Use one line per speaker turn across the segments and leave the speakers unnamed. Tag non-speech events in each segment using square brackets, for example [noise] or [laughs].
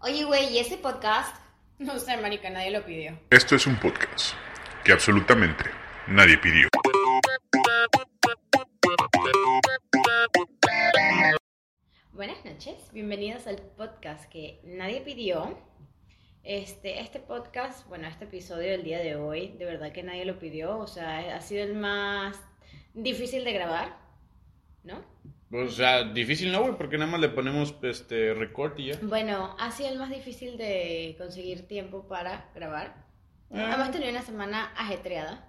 Oye, güey, ¿y este podcast?
[laughs] No sé, marica, nadie lo pidió.
Esto es un podcast que absolutamente nadie pidió.
Buenas noches, bienvenidos al podcast que nadie pidió. Este, este podcast, bueno, este episodio del día de hoy, de verdad que nadie lo pidió. O sea, ha sido el más difícil de grabar, ¿no?
Pues, O sea, difícil no, güey, porque nada más le ponemos este record y ya.
Bueno, ha sido el más difícil de conseguir tiempo para grabar.
Ah.
Además, tenía una semana ajetreada,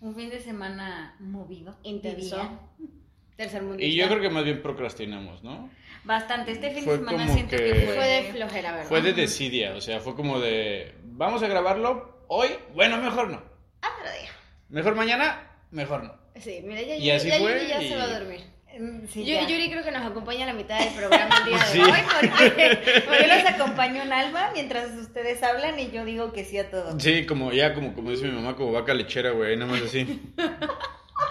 Un fin de semana movido.
intenso,
diría.
tercer mundo.
Y yo creo que más bien procrastinamos, ¿no?
Bastante. Este fin
Fue
de semana
como
siento que,
que-
fue...
fue de flojera, ¿verdad?
Fue de desidia, o sea, fue como de vamos a grabarlo hoy, bueno, mejor no.
Otro día.
Mejor mañana, mejor no.
Sí, mira, ya,
Y
ya,
así
ya
fue,
Yuri ya
y-
se va a dormir.
Mm, sí,
Yu-
ya.
Yuri creo que nos acompaña a la mitad del programa el
[laughs]
día de
Sí.
hoy.
[laughs]
porque, porque los acompaño un alma mientras ustedes hablan y yo digo que sí a todo.
Sí, como ya, como, como dice mi mamá, como vaca lechera, güey, nada más así.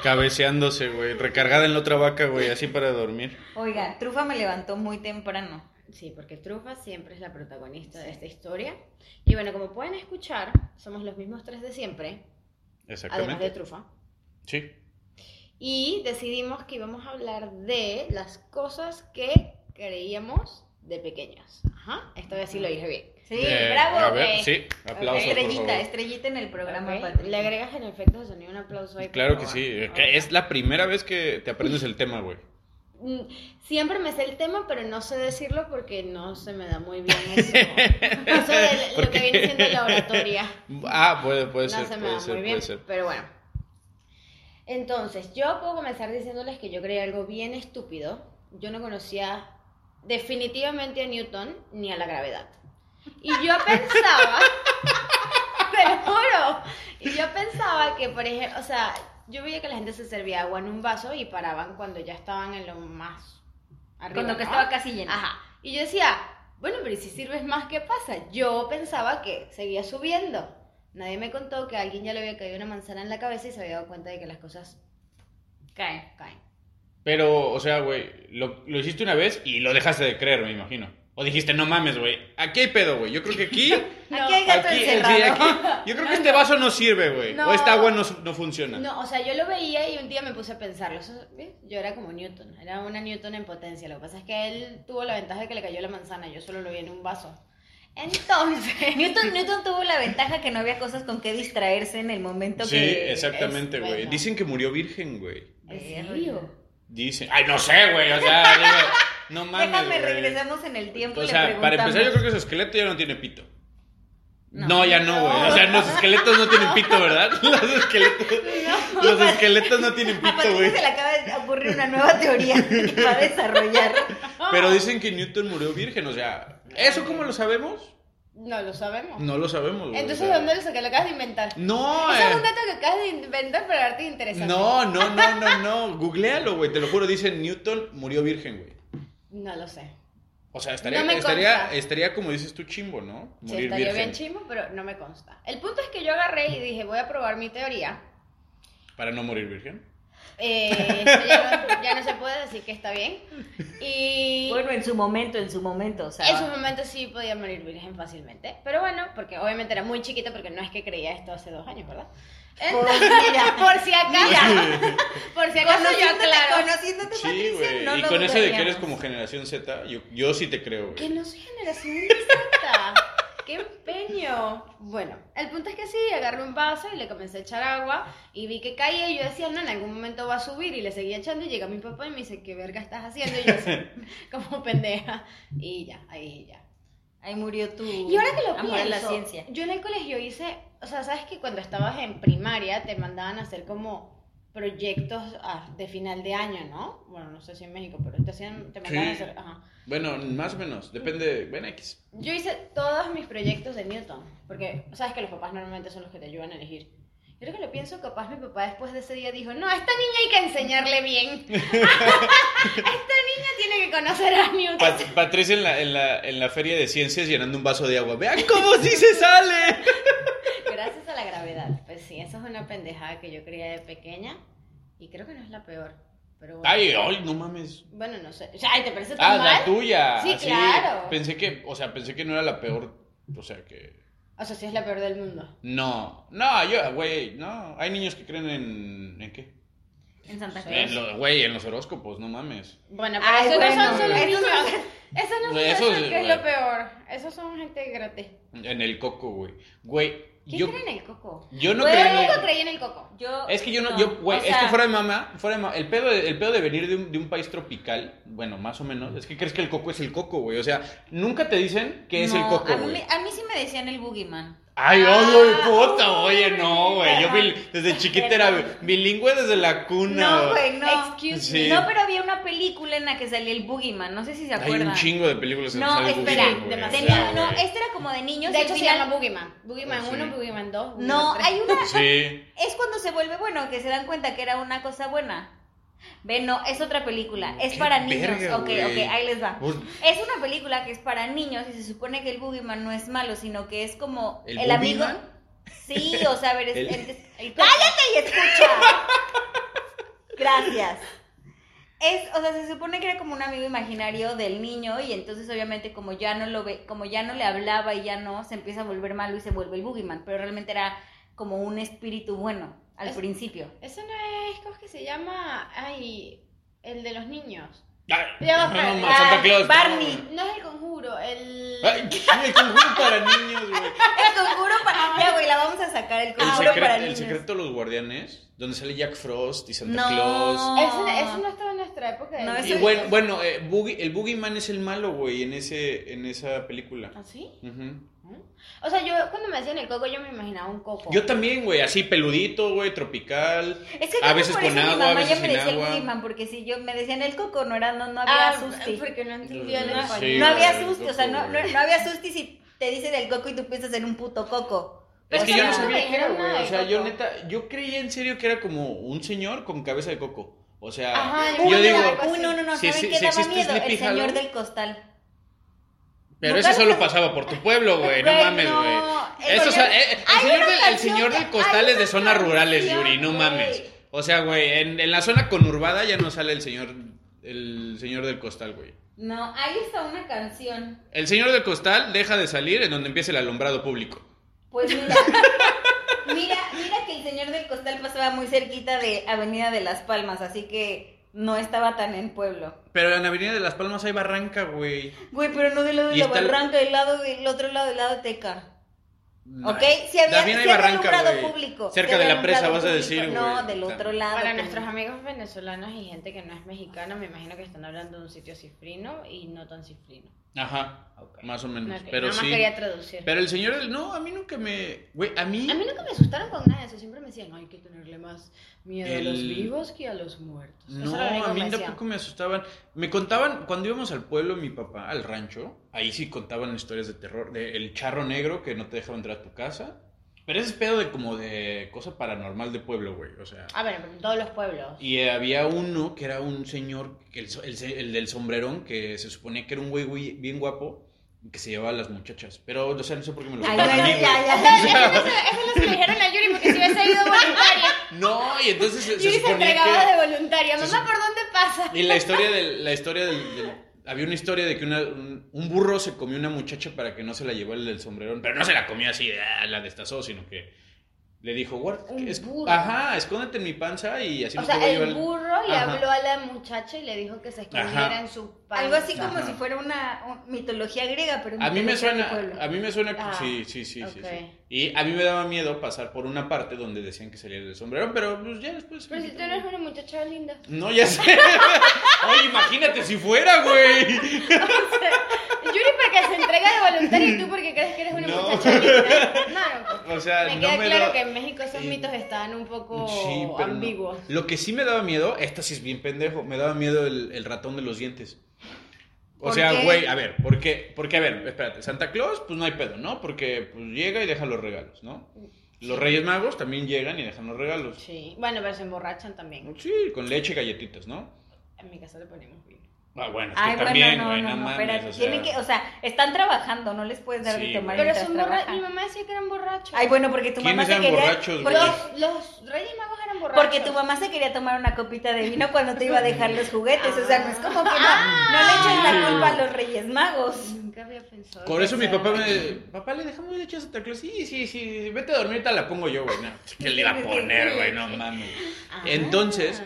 Cabeceándose, güey, recargada en la otra vaca, güey, así para dormir.
Oigan, Trufa me levantó muy temprano.
Sí, porque Trufa siempre es la protagonista de esta historia. Y bueno, como pueden escuchar, somos los mismos tres de siempre, además de
Exactamente.
Trufa.
Sí.
Y decidimos que íbamos a hablar de las cosas que creíamos de pequeños. Ajá, esta vez sí lo dije bien.
Sí,
Eh,
bravo.
A ver,
güey. este
sí, aplausos, por
estrellita,
favor.
estrellita en el programa,
Ok,
Patricia.
Le agregas en efectos de sonido un aplauso ahí. por
Claro que
favor.
sí, eh, que
Ok.
es la primera vez que te aprendes el tema, güey.
Mm, Siempre me sé el tema, pero no sé decirlo porque no se me da muy bien
[laughs]
eso. [laughs] eso de lo
¿Por
que
qué?
viene siendo la oratoria.
Ah, puede, puede
no
ser,
se me
puede
da
ser,
muy bien,
puede ser.
pero bueno. Entonces, yo puedo comenzar diciéndoles que yo creía algo bien estúpido. Yo no conocía definitivamente a Newton ni a la gravedad. Y
[laughs]
yo pensaba, [laughs] te lo juro, y yo pensaba que, por ejemplo, o sea, yo veía que la gente se servía agua en un vaso y paraban cuando ya estaban en lo más arriba.
Cuando que
¿no?
estaba casi llena.
Ajá. Y yo decía, bueno, pero ¿y si sirves más, ¿qué pasa? Yo pensaba que seguía subiendo. Nadie me contó que a alguien ya le había caído una manzana en la cabeza y se había dado cuenta de que las cosas
Cae.
caen.
Pero, o sea, güey, lo, lo hiciste una vez y lo dejaste de creer, me imagino. O dijiste, no mames, güey, aquí hay pedo, güey. Yo creo que
[laughs]
aquí...
Aquí hay gato
aquí- sí,
encerrado.
aquí- yo creo que este vaso no sirve, güey.
No.
O esta agua no, su- no funciona.
No, o sea, yo lo veía y un día me puse a pensarlo. Eso, ¿ves? yo era como Newton, era una Newton en potencia. Lo que pasa es que él tuvo la ventaja de que le cayó la manzana, yo solo lo vi en un vaso. Entonces,
[laughs] Newton, Newton tuvo la ventaja que no había cosas con que distraerse en el momento
sí,
que...
exactamente,
es
güey.
bueno.
Dicen que murió virgen, güey.
[laughs] ¿en serio?
Dicen... Ay, no sé, güey, o sea, digo, no mames,
Déjame,
güey.
regresemos en el tiempo.
O
y le
sea, para
preguntamos.
empezar, yo creo que su esqueleto ya no tiene pito.
No.
No, ya no, güey. O sea, los esqueletos no tienen pito, ¿verdad? [laughs] Los esqueletos.
[laughs]
Los esqueletos no tienen
A
pito,
Patricia
güey.
se le acaba de ocurrir una nueva teoría
[laughs]
que va a desarrollar.
Pero dicen que Newton murió virgen, o sea, ¿eso cómo lo sabemos?
No lo sabemos.
No lo sabemos, güey.
Entonces,
o
¿de
sea.
dónde lo saqué? Lo acabas de inventar.
No,
Ese es
eh.
un dato que acabas de inventar para darte interesante.
No, no, no, no, no. Googlealo, güey. Te lo juro, dicen Newton murió virgen, güey.
No lo sé.
O sea, estaría,
No me
estaría,
consta.
estaría como dices tú chimbo, ¿no?
Sí,
Morir
estaría bien
virgen.
chimo, pero no me consta. El punto es que yo agarré y dije, voy a probar mi teoría.
Para no morir virgen.
Eh, [laughs] esto ya, no, ya no se puede decir que está bien. Y
Bueno, en su momento, en su momento, o sea.
en su momento sí podía morir virgen fácilmente. Pero bueno, porque obviamente era muy chiquita, porque no es que creía esto hace dos años, ¿verdad? Entonces, [laughs] por si acaso,
[laughs]
por si acaso yo
Conociéndote,
aclaro.
conociéndote,
Sí,
Patricia,
güey.
no
y
lo
con eso de que
dudaríamos.
eres como generación Z, yo, yo sí te creo,
Que
güey.
no soy generación
[laughs]
Z. ¡Qué empeño! Bueno, el punto es que sí, agarré un vaso y le comencé a echar agua y vi que caía y yo decía, no, en algún momento va a subir y le seguía echando y llega mi papá y me dice, ¿qué verga estás haciendo? Y yo
[laughs]
así, [laughs] como pendeja. Y ya, ahí ya.
Ahí murió tu.
Y ahora que lo
amor
pienso,
a la ciencia.
yo en el colegio hice, o sea, sabes que cuando estabas en primaria te mandaban a hacer como proyectos ah, de final de año, ¿no? Bueno, no sé si en México, pero te, hacían, te mandaban a
Sí.
hacer... Ajá.
Bueno, más o menos. Depende. Bueno, X.
Yo hice todos mis proyectos de Newton, porque sabes que los papás normalmente son los que te ayudan a elegir. Yo creo que lo pienso, capaz mi papá después de ese día dijo, no, a esta niña hay que enseñarle bien.
[laughs]
esta niña tiene que conocer a Newton.
Pat- Patricia en la, en, la, en la feria de ciencias llenando un vaso de agua. Vean cómo sí se sale.
Gracias a la gravedad. Pues sí, eso es una pendejada que yo creía de pequeña y creo que no es la peor. Pero bueno.
Ay, ay, no mames.
Bueno, no sé. O sea, ay, ¿te parece tan
Ah,
mal?
la tuya.
Sí,
así.
claro.
Pensé que, o sea, pensé que no era la peor. O sea, que.
O sea, sí es la peor del mundo.
No, no, yo, güey, no. Hay niños que creen en. ¿En qué?
En Santa Cruz.
En lo- Güey, en los horóscopos, no mames.
Bueno, pero
Ay,
esos no
bueno,
son solo
esos
niños.
son-
[laughs] Esos no son
Güey,
esos,
esos,
que es lo
güey.
peor. Esos son gente gratis.
En el coco, güey. Güey,
¿Qué
yo.
creen el coco?
Yo no
Güey,
creo.
yo nunca creí en el coco.
Yo.
Es que yo no, yo, güey,
o
es que
sea,
fuera de mamá, fuera de mamá, el pedo de, el pedo de venir de un, de un país tropical, bueno, más o menos, es que crees que el coco es el coco, güey, o sea, nunca te dicen que es el
no,
coco,
a mí,
güey.
a mí sí me decían el boogeyman.
Ay,
Ah,
oh, de puta,
uy,
oye, no, güey, yo bil- desde chiquita era
Perdón.
bilingüe desde la cuna.
No, güey, no.
Excuse
Sí.
No, pero había una película en la que salía el boogeyman. No sé si se
Hay
acuerdan.
un chingo de películas en
No,
las que sale
espera.
Boogeyman, güey,
De
demasiado,
o sea,
niño, no,
güey.
este era como de niños.
De
y
hecho,
al
se
final-
llama Boogeyman. Boogeyman
Ah, Sí.
1, Boogeyman 2. Boogeyman
No,
3.
hay una.
Sí.
Es cuando se vuelve bueno, que se dan cuenta que era una cosa buena. Ve, no, es otra película. Es
Qué
para niños.
verga,
ok,
güey.
ok, ahí les va.
Pues,
Es una película que es para niños y se supone que el boogeyman no es malo, sino que es como
¿El
el, amigo.
boogeyman?
Sí, o sea, a ver, es-
[laughs] El-
es- cállate
[laughs]
y escucha. Gracias. Es, o sea, se supone que era como un amigo imaginario del niño y entonces obviamente como ya no lo ve, como ya no le hablaba y ya no, se empieza a volver malo y se vuelve el boogeyman, pero realmente era como un espíritu bueno al
Es-
principio.
Eso no es, ¿cómo es que se llama? Ay, el de los niños.
ay,
Ya va,
no,
espera.
no, Santa Claus.
eh, Ah, Barney.
No es el conjuro, el...
Ay, [laughs] el conjuro para niños, güey.
[laughs] El conjuro para... Ya, güey, la vamos a sacar, el
El,
conjuro
secreto,
para
el
niños.
secreto de los guardianes, donde sale Jack Frost y Santa
No.
Claus.
Eso, eso no estaba en nuestra época.
No,
Y
eso-
bueno, bueno eh, Boogie- el Boogeyman es el malo, güey, en, ese, en esa película.
¿Ah, sí?
Ujú.
O sea, yo cuando me decían el coco, yo me imaginaba un coco.
Yo también, güey, así peludito, güey, tropical.
Es que
a veces
por
con
eso
agua,
mi
a
mamá
veces
ya me
sin
decía el
agua.
boogeyman, porque si yo me decían el coco, no era, no, no había
Ah,
susti.
porque no entendía el
Sí,
español.
no había
güey,
susti,
el
o sea,
coco,
no, no,
güey.
no había susti si te dicen el coco y tú piensas en un puto coco.
Es
O
que
sea,
yo no
no
me
sabía qué era,
dijeron
güey.
nada
O
de
sea, yo
coco.
neta, yo creía en serio que era como un señor con cabeza de coco. O sea,
Ajá,
Uy,
yo
no,
digo,
no,
uy, no, no, no,
si-
¿saben
si-
qué
si
daba
existe
miedo?
Sleepy
El señor
Hollow.
del costal.
pero
nunca
eso solo
lo-
pasaba por tu pueblo, güey, no
Güey,
mames,
no,
güey.
el
Eso, o sea,
señor-
eh, el,
hay
señor
una
del, el
canción
señor
que-
del costal
hay
es de
una
zonas rurales,
canción,
Yuri, no
güey.
mames. O sea, güey, en, en la zona conurbada ya no sale el señor el señor del costal, güey.
No, ahí está una canción.
El señor del costal deja de salir en donde empieza el alumbrado público.
[laughs] Pues mira, mira, mira que el señor del costal pasaba muy cerquita de Avenida de las Palmas, así que no estaba tan en pueblo.
Pero en Avenida de las Palmas hay barranca, güey.
Güey, pero no del lado de
Y
la
está el-
barranca, del lado del otro lado, del lado de Teca. Ok,
Ay,
si había,
También hay
si había
barranca,
alumbrado
güey.
público. si
Cerca de
había
la presa, vas
alumbrado
a
público.
decir, güey.
No, del otro lado.
Para
como-
nuestros amigos venezolanos y gente que no es mexicana, me imagino que están hablando de un sitio cifrino y no tan cifrino.
Ajá,
Ok.
más o menos.
Ok,
Pero
nada más
sí.
quería traducir.
Pero el señor del. No, a mí nunca me. Güey, a mí.
A mí nunca me asustaron con nada de eso. Siempre me decían, no, hay que tenerle más miedo a los
El-
vivos que a los muertos. Eso
No,
era lo único
a
que
mí
me decían.
tampoco me asustaban. Me contaban, cuando íbamos al pueblo, mi papá, al rancho, ahí sí contaban historias de terror, de el charro negro que no te dejaba entrar a tu casa. Pero ese es pedo de como de cosa paranormal de pueblo, güey, o sea.
Ah, bueno, pero en todos los pueblos.
Y eh, había uno que era un señor, que el, so- el se- el del sombrerón, que se suponía que era un güey, güey bien guapo, que se llevaba a las muchachas. Pero, o sea, no sé por qué me lo
Ay,
contaban a mí,
ay,
güey.
ay, ay, ay.
[laughs] Eso no se lo dijeron a Yuri porque si hubiese ido voluntaria.
No, y
[laughs]
entonces se, se
Yuri se
suponía
entregaba
que...
de voluntaria.
se
Mamá,
sup-
¿por dónde pasa?
Y la historia del, la historia del, del- había una historia de que una- un, un burro se comió una muchacha para que no se la llevara el del sombrerón, pero no se la comió así, ah, la destazó, sino que le dijo, "Guarda,
Un
que es-
burro.
ajá, escóndete en mi panza y así
O
no te
sea,
voy a llevar
el burro le
Ajá.
habló a la muchacha y le dijo que se escondiera
Ajá.
en su panza.
Algo así como
Ajá.
si fuera una un- mitología griega, pero
A mí me
mitología de
suena,
pueblo.
a mí me suena que
Ah,
sí, sí, sí, sí,
ok.
sí. Y a mí me daba miedo pasar por una parte donde decían que salía el sombrerón, pero pues ya después.
Pero si tú no eres una muchacha linda.
No, ya sé. [laughs] Oye, imagínate si fuera, güey.
Yuri porque se entrega de voluntaria y tú porque crees que eres una
No.
muchacha
[laughs]
linda. No, no.
O sea,
me
no
queda
me
claro
da-
que en México esos
Sí.
mitos estaban un poco
Sí, pero no.
ambiguos.
Lo que sí me daba miedo, esta sí es bien pendejo, me daba miedo el, el ratón de los dientes. O
¿Por
sea,
qué?
güey, a ver, ¿por qué? Porque, a ver, espérate, Santa Claus, pues no hay pedo, ¿no? Porque pues, llega y deja los regalos, ¿no? Los Reyes Magos también llegan y dejan los regalos.
Sí. Bueno, pero se emborrachan también.
Sí, con leche y galletitas, ¿no?
En mi casa le ponemos vino.
Ah, bueno, es que
Ay, bueno,
también,
no,
güey,
no,
no,
no,
mames,
espérate.
o sea,
Tienen que, o sea, están trabajando, no les puedes dar
Sí,
de tomar
güey.
Pero
mientras
son borrachos. Mi
trabajan.
mamá decía que eran borrachos.
este Ay, bueno, porque tu
¿Quiénes
mamá se
eran
quería...
borrachos, güey?
porque-
los, los Reyes Magos eran borrachos.
Porque tu mamá se quería tomar una copita de vino cuando te iba a dejar los juguetes. O sea, no es como que no, no le eches
Ah.
la culpa a los Reyes Magos.
Nunca había pensado.
Por eso mi
Pensaba.
papá me... Papá, ¿le dejamos leche a Santa Claus? Sí, sí, sí, vete a dormir, te la pongo yo, güey. No, ¿Qué le iba a poner, güey? No mames.
Ah.
Entonces,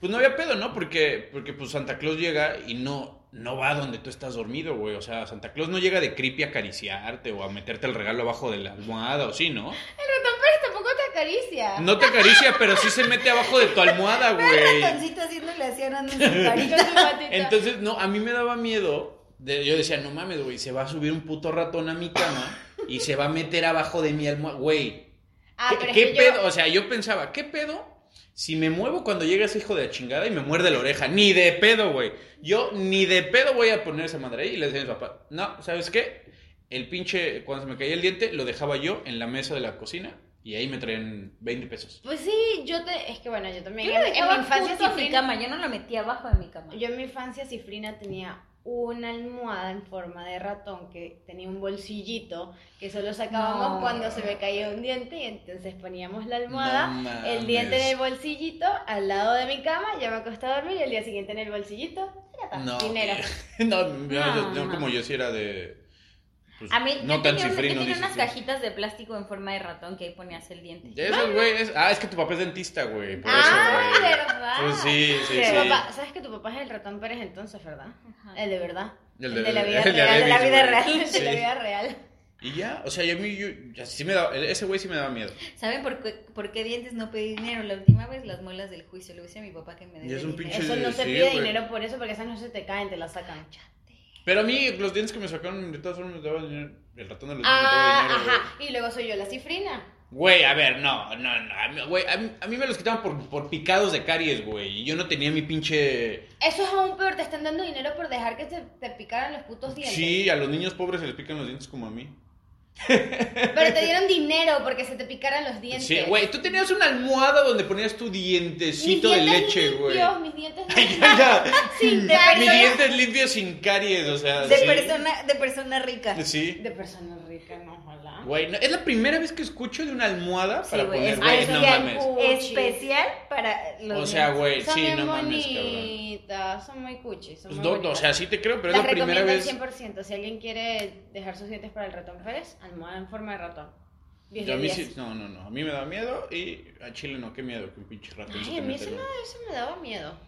pues no había pedo, ¿no? Porque, porque pues Santa Claus llega y no, no va donde tú estás dormido, güey. O sea, Santa Claus no llega de creepy a acariciarte o a meterte el regalo abajo de la almohada o sí, ¿no?
El ratón Pérez tampoco te acaricia.
No te acaricia, pero sí se mete abajo de tu almohada,
El
güey.
ratoncito haciéndole así a Nando en su
Con
carita.
su patita.
Entonces, no, a mí me daba miedo. de- yo decía, no mames, güey, se va a subir un puto ratón a mi cama y se va a meter abajo de mi almohada. Güey,
Ah,
¿qué,
pero es
qué
que yo-
pedo? O sea, yo pensaba, ¿qué pedo si me muevo cuando llega ese hijo de la chingada y me muerde la oreja? Ni de pedo, güey. Yo ni de pedo voy a poner esa madre ahí y le decía a mi papá, no, ¿sabes qué? El pinche, cuando se me caía el diente, lo dejaba yo en la mesa de la cocina y ahí me traían 20 pesos.
Pues sí, yo te. Es que bueno, yo también.
Yo lo
en- en
dejaba
mi infancia
justo en mi
cifrina.
cama, yo no lo metí abajo de mi cama.
Yo en mi infancia cifrina tenía una almohada en forma de ratón que tenía un bolsillito que solo sacábamos
No.
cuando se me caía un diente y entonces poníamos la almohada,
No mames.
el diente en el bolsillito al lado de mi cama, ya me acostaba a dormir y el día siguiente en el bolsillito, tarata,
No.
dinero.
[laughs] No, no, yo- yo
Ah, no.
como yo sí era de. pues,
A mí,
no
yo
tan
tenía, un- yo
cifrino,
tenía
dices,
unas
sí.
cajitas de plástico en forma de ratón que ahí ponías el diente.
Ya esos, güey, es- ah, es que tu papá es dentista, güey. Por
Ah,
eso, güey.
¿verdad?
Pues sí, sí,
Tu
sí.
Tu papá- ¿Sabes que tu papá es el ratón Pérez entonces, verdad?
Ajá.
El de verdad.
El
de la vida
[laughs]
real,
el
de la
Adebis,
vida
güey.
real,
De la
Sí.
vida real.
Y ya, o sea, yo a mí, yo, ya sí me daba, ese güey sí me daba miedo.
¿Saben por qué, por qué dientes no pedí dinero? La última vez las muelas del juicio. Le hice a mi papá que me
Y
dé
es un
dinero.
pinche-
Eso no se
sí,
pide
güey.
dinero por eso, porque esas no se te caen, te las sacan.
Pero a mí, los dientes que me sacaron de todas formas me daban dinero. El ratón de los dientes me daba
Ah,
dinero, güey.
ajá. Y luego soy yo la cifrina.
Güey, a ver, no, no, no. a mí- Güey, a mí, a mí me los quitaban por, por picados de caries, güey. Y yo no tenía mi pinche.
Eso es aún peor, te están dando dinero por dejar que te, te picaran los putos dientes.
Sí, a los niños pobres se les pican los dientes como a mí.
Pero te dieron dinero porque se te picaran los dientes.
Sí, güey, tú tenías una almohada donde ponías tu
Mis
dientecito de
dientes [laughs]
leche, güey. [laughs]
limpios, mis dientes
Ay,
limpios.
ya, ya.
Sin
De
caries.
Mi diente es limpio sin caries, o sea.
De,
sí.
persona, de persona rica.
Sí.
De persona rica, no, ojalá.
Güey, no, es la primera vez que escucho de una almohada
Sí,
para
güey,
poner,
es-
güey,
eso
no
ya-
mames.
Especial para los
O sea,
niños.
güey,
Son
sí,
muy
no mames, cabrón.
bonitas, son muy cuchis, son
Pues
muy
no, no,
bonitas.
o sea, sí te creo, pero
Las
es la primera
recomiendo al
vez.
100%. Si alguien quiere dejar sus dientes para el ratón Pérez, almohada en forma de ratón. 10
Yo
de
a mí
10.
sí, no, no, no, a mí me da miedo y a Chile no, qué miedo que un pinche ratón se
Ay,
te
a mí
meta,
eso, no,
güey.
eso me daba miedo.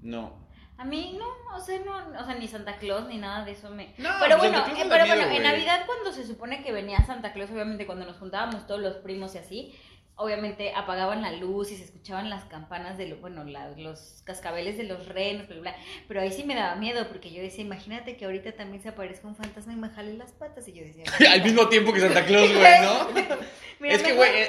No.
A mí no, o sea, no, o sea, ni Santa Claus ni nada de eso me.
No,
pero
pues,
bueno,
Santa Claus
eh,
me da
pero
miedo,
bueno, en
güey.
Navidad cuando se supone que venía Santa Claus, obviamente cuando nos juntábamos todos los primos y así, obviamente apagaban la luz y se escuchaban las campanas de, lo- bueno, la- los cascabeles de los renos, bla, bla, bla. Pero ahí sí me daba miedo porque yo decía, imagínate que ahorita también se aparezca un fantasma y me jale las patas y yo decía,
[laughs] Al mismo tiempo que Santa Claus,
[laughs]
güey, ¿no? [laughs]
mira,
es que,
mejor
güey, eh, eh,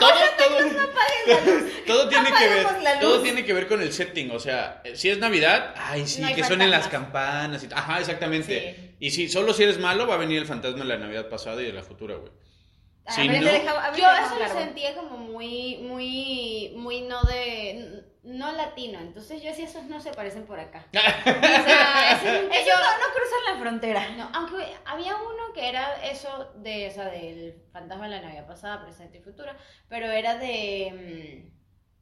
todo, todo, [laughs]
apagues la luz.
todo tiene que ver,
Apagamos la
todo
luz.
tiene que ver con el setting, o sea, eh, si es Navidad, ay, sí,
No hay
que suenen las
fantasmas.
campanas y ajá, exactamente.
Sí.
Y si solo si eres malo va a venir el fantasma de la Navidad pasada y de la futura, güey.
Ah,
Si
pero
no-
te dejaba- a mí
Yo
me dejaba
eso lo
hablar, güey. [laughs]
sentía como muy, muy, muy no de, no latino. Entonces yo decía, esos no se parecen por acá. O sea, ese
[laughs]
es un-
Ah, Eso
yo-
no, no cruzan la frontera.
no, aunque había uno que era eso de, o sea, del fantasma de la Navidad pasada, presente y futura, pero era de,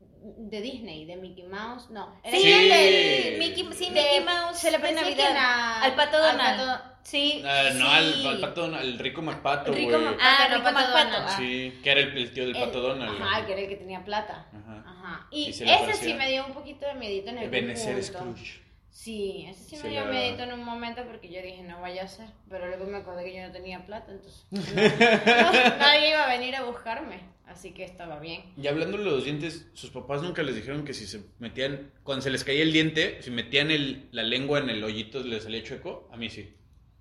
mm, de Disney, de Mickey Mouse, no. Era
Sí,
Sí.
el de Mickey, sí,
De-
Mickey Mouse.
se le
de
prende
Navidad. al pato Donald. Sí.
Ah, no,
sí.
al, al pato, Donald, al rico MacPato, güey.
Rico Mac-
Ah,
Ah, no,
Rico
Pato
MacPato.
Donald.
Ah.
Sí, que era el, el tío del pato Donald.
Eh, Ajá,
güey.
que era el que tenía plata.
Ajá.
Ajá. Y,
Y se le
ese
aparecía.
sí me dio un poquito de miedito en el
Ebenezer
punto.
Scrooge.
Sí, ese sí
Se
me dio
la-
miedito en un momento porque yo dije, no vaya a ser. Pero luego me acordé que yo no tenía plata,
[laughs]
entonces no, no, nadie iba a venir a buscarme. Así que estaba bien.
Y hablando de los dientes, sus papás nunca les dijeron que si se metían, cuando se les caía el diente, si metían el, la lengua en el hoyito les salía chueco, a mí sí.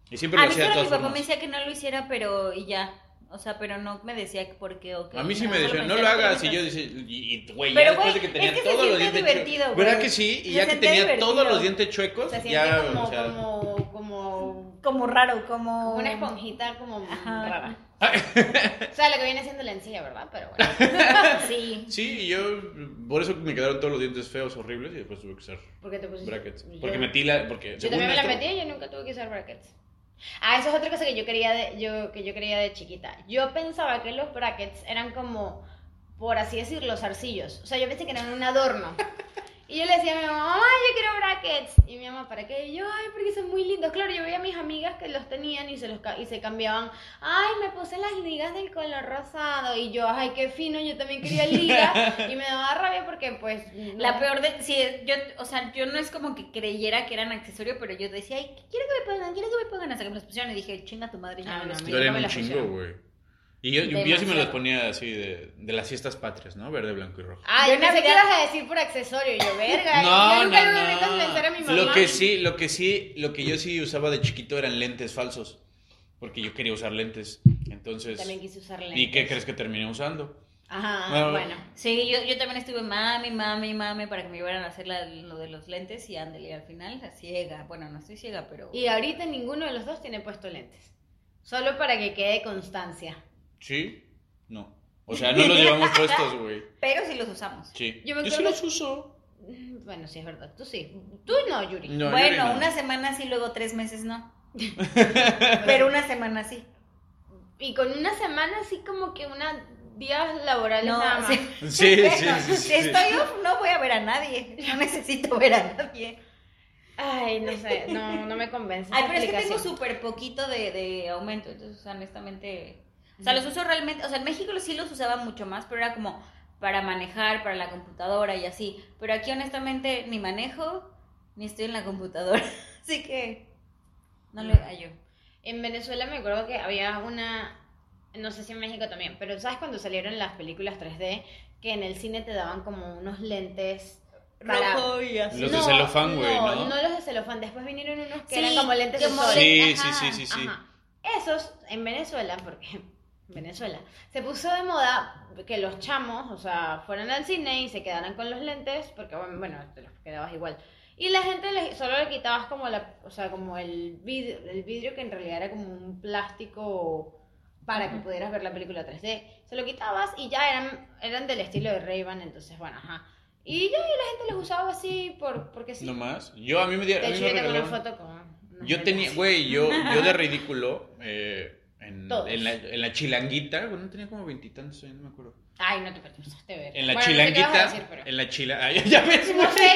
Y siempre
a
lo
mí
hacía de
solo mi
todas
papá
formas.
me decía que no lo hiciera, pero y ya. O sea, pero no me decía que por qué o qué.
A mí sí
No,
me
solo
decían, no
decía,
lo hagas.
te
Y yo
gusta.
dije, y, y, güey,
Pero,
ya después
güey,
de que tenía
es que se
todos los
siente
dientes chuecos.
divertido, güey.
¿Verdad que sí? Y
Se
ya que
siente
tenía
divertido.
todos los dientes chuecos,
Se siente
ya,
como,
o sea,
como, como
como raro, como...
Como una esponjita como
Oh.
[laughs]
Ajá.
rara. O sea, lo que viene siendo la encía, ¿verdad? Pero bueno.
[laughs] Sí.
Sí, y yo por eso me quedaron todos los dientes feos, horribles, y después tuve que usar
Porque te pusiste.
brackets.
Yo-
Porque metí la... Porque,
Yo
según
también me la
esto-
metí y yo nunca tuve que usar brackets. Ah, eso es otra cosa que yo quería de, yo, que yo quería de chiquita. Yo pensaba que los brackets eran como, por así decirlo, los arcillos. O sea, yo pensé que eran un
[laughs]
adorno. Y yo le decía a mi mamá, ay, yo quiero brackets. Y mi mamá, ¿para qué? Y yo, ay, porque son muy lindos. Claro, yo veía a mis amigas que los tenían y se los ca- y se cambiaban. Ay, me puse las ligas del color rosado. Y yo, ay, qué fino, yo también quería
[laughs]
ligas. Y me daba rabia porque, pues...
La
no-
peor de... Sí, yo, o sea, yo no es como que creyera que eran accesorio, pero yo decía, ay, quiero que me pongan, quiero que me pongan, hasta que me los pusieron y dije, chinga tu madre, ya
Ah,
me los
no,
quiero.
yo
Duelen
me
un
la
chingo,
pusieron.
güey. Y yo, yo, yo sí me
Demasiado.
los ponía así de, de las fiestas patrias, ¿no? Verde, blanco y rojo.
Ah,
Yo
yo pensé que
Navidad-
ibas a decir por accesorio, y yo verga.
No,
yo
no,
nunca le logré convencer a mi
no.
mamá.
Lo que sí, lo que sí, lo que yo sí usaba de chiquito eran lentes falsos, porque yo quería usar lentes. Entonces,
También quise usar lentes.
¿y qué crees que terminé usando?
Ajá,
Bueno.
bueno.
Sí, yo, yo también estuve mami, mami, mami para que me llevaran a hacer la- lo de los lentes y ándale, al final ciega. Bueno, no estoy ciega, pero...
Y ahorita ninguno de los dos tiene puesto lentes. Solo para que quede constancia.
¿Sí? No. O sea,
[laughs]
no los llevamos puestos, güey.
Pero sí los usamos.
Sí.
Yo me
sí
acuerdo- [laughs]
los uso.
Mm, Bueno, sí, es verdad. Tú sí. Tú no, Yuri.
No, Yuri,
bueno,
no.
una semana sí, luego tres meses no.
[laughs]
pero una semana sí.
Y con una semana así como que una días laborales
No,
nada más.
sí.
Sí,
Bueno,
sí, sí, sí,
si estoy off, no voy a ver a nadie. No necesito ver a nadie.
Ay, no sé. No, no me convence.
Ay,
esa
pero es que tengo
explicación.
súper poquito de, de aumento, entonces, o sea, honestamente. O sea, los uso realmente. O sea, en México sí los usaba mucho más, pero era como para manejar, para la computadora y así. Pero aquí, honestamente, ni manejo, ni estoy en la computadora. Así que. No le hallo.
En Venezuela me acuerdo que había una, no sé si en México también, pero ¿sabes cuando salieron las películas 3D? Que en el cine te daban como unos lentes para...
Rojo y así.
Los de celofán, güey, ¿no?
No, los de celofán. Después vinieron unos que
Sí,
eran como lentes de
como
sol.
Sí,
Ajá,
sí, sí, sí, sí.
Ajá. Esos en Venezuela, porque [laughs] en Venezuela se puso de moda que los chamos, o sea, fueran al cine y se quedaran con los lentes, porque bueno, bueno, te los quedabas igual. Y la gente le- solo le quitabas como la, o sea, como el vidrio, el vidrio que en realidad era como un plástico para que pudieras ver la película 3D. Se lo quitabas y ya eran eran del estilo de Ray-Ban, entonces bueno, ajá. Y ya y la gente los usaba así por porque sí.
No más. Yo a mí me, di- a
De
mí
hecho,
me
yo tengo una
regalaron.
foto con. unos
Yo
lentes
tenía,
así. [laughs]
güey, yo, yo de ridículo, eh, en,
Todos.
en la, en la chilanguita, bueno, tenía como veintitantos años, no me acuerdo.
Ay, no te pasaste ver.
En la
Bueno, No sé qué vas
chilanguita,
a decir, pero-
en la chila, ay, [laughs] ya
[laughs]
ves,
No sé,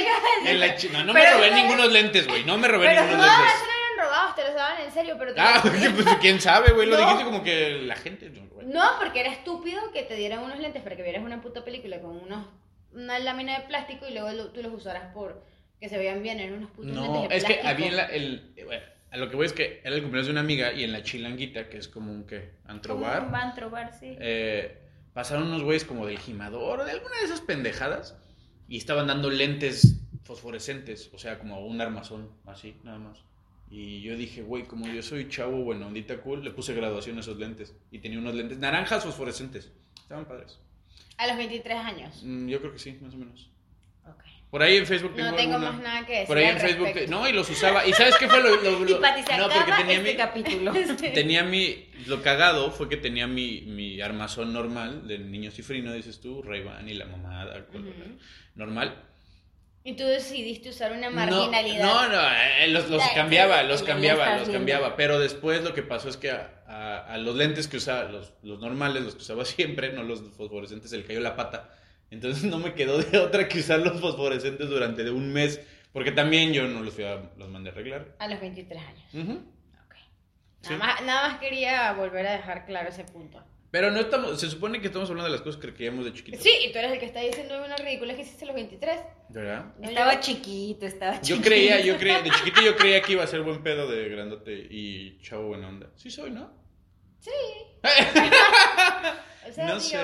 en la chi- no, no me
Pero
robé
una
ningunos lentes, güey, no me robé
Pero
No,
ningunos
eso
lentes.
no eran robados, te los daban en serio, pero te-
[laughs] Ah, oye, pues quién sabe, güey, lo
No.
dijiste como que la gente, no, güey.
No, porque era estúpido que te dieran unos lentes para que vieras una puta película con unos una lámina de plástico y luego lo- tú los usaras por que se vean bien, eran unos putos
No,
lentes de
es que
pues, plástico.
había en la, el, eh, bueno, a lo que voy es que era el cumpleaños de una amiga y en la chilanguita, que es como un, ¿qué? Antrobar.
¿Cómo Van a trobar, sí.
eh, pasaron unos güeyes como del gimador o de alguna de esas pendejadas y estaban dando lentes fosforescentes, o sea, como un armazón, así, nada más. Y yo dije, güey, como yo soy chavo, bueno, ondita cool, le puse graduación a esos lentes. Y tenía unos lentes naranjas fosforescentes. Estaban padres.
A los 23 años.
Mm, yo creo que sí, más o menos.
Ok.
Por ahí en Facebook tengo
No tengo
alguna-
más nada que decir.
Por ahí en
al
Facebook... te-
respecto.
No, y los usaba. ¿Y sabes qué fue lo...?
[laughs]
lo-
y
lo-
Pati se
no, porque
acaba
tenía
este
mi-
capítulo.
Tenía mi. Lo cagado fue que tenía mi, mi armazón normal del niño cifrino, dices tú, ray y la mamada, el color,
Ujú.
normal.
Y tú decidiste usar una
No,
marginalidad.
No, no, eh, los, los
La-
cambiaba,
la-
los
la-
cambiaba,
estás
los
viendo.
cambiaba. Pero después lo que pasó es que a, a- a los lentes que usaba, los, los normales, los que usaba [laughs] siempre, no los fosforescentes, se le cayó la pata. Entonces no me quedó de otra que usar los fosforescentes durante de un mes, porque también yo no los, fui a- los mandé a arreglar.
A los 23 años.
Ujú.
Ok.
Sí.
Nada, más, nada más quería volver a dejar claro ese punto.
Pero no estamos, se supone que estamos hablando de las cosas que creíamos de chiquitos.
Sí, y tú eres el que está diciendo una ridícula que hiciste a los 23.
¿Verdad?
No,
Estaba
yo-
chiquito, estaba chiquito.
Yo creía, yo creía, de chiquito yo creía que iba a ser buen pedo de grandote y chavo buena onda. Sí soy, ¿no?
o sea,
no
digo,
sé.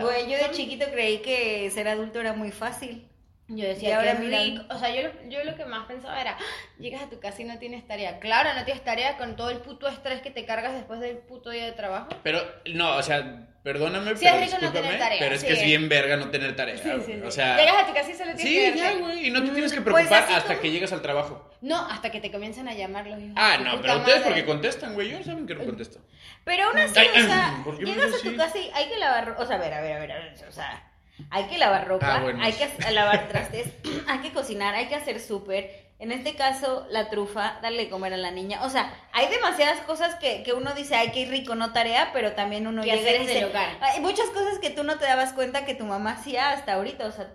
Güey, yo de
son-
chiquito creí que ser adulto era muy fácil.
Yo
Y
decía,
ahora
qué
mira-
rico. O sea, yo, lo- yo lo que más pensaba era, "Ah, llegas a tu casa y no tienes tarea. Claro, no tienes tarea con todo el puto estrés que te cargas después del puto día de trabajo.
[laughs] Pero, no, o sea, perdóname,
Sí,
pero
es rico no tener
discúlpame,
tarea,
pero es
sí.
que es bien verga no tener tarea.
Sí, sí,
güey.
sí.
O sea,
llegas a tu casa y solo tienes
sí,
que
ya,
darte-
güey, y no te
Mm,
tienes que
pues
preocupar
así
hasta
como-
que llegas al trabajo.
No, hasta que te comienzan a llamar los hijos.
Ah,
de
no,
puta
pero ustedes
madre.
porque contestan, güey, ellos saben que no contesto.
Pero aún así,
Ay,
o sea,
¿por qué me
llegas a
dices
tu
así?
casa y hay que lavar ropa. O sea, a ver, a ver, a ver, a ver, o sea, hay que lavar ropa,
Ah, bueno.
hay que
[laughs]
as- lavar trastes, hay que cocinar, hay que hacer súper. En este caso, la trufa, darle de comer a la niña. O sea, hay demasiadas cosas que, que uno dice, ay, qué rico, no tarea, pero también uno
Quehaceres
llega y dice,
del hogar.
Hay muchas cosas que tú no te dabas cuenta que tu mamá hacía hasta ahorita, o sea,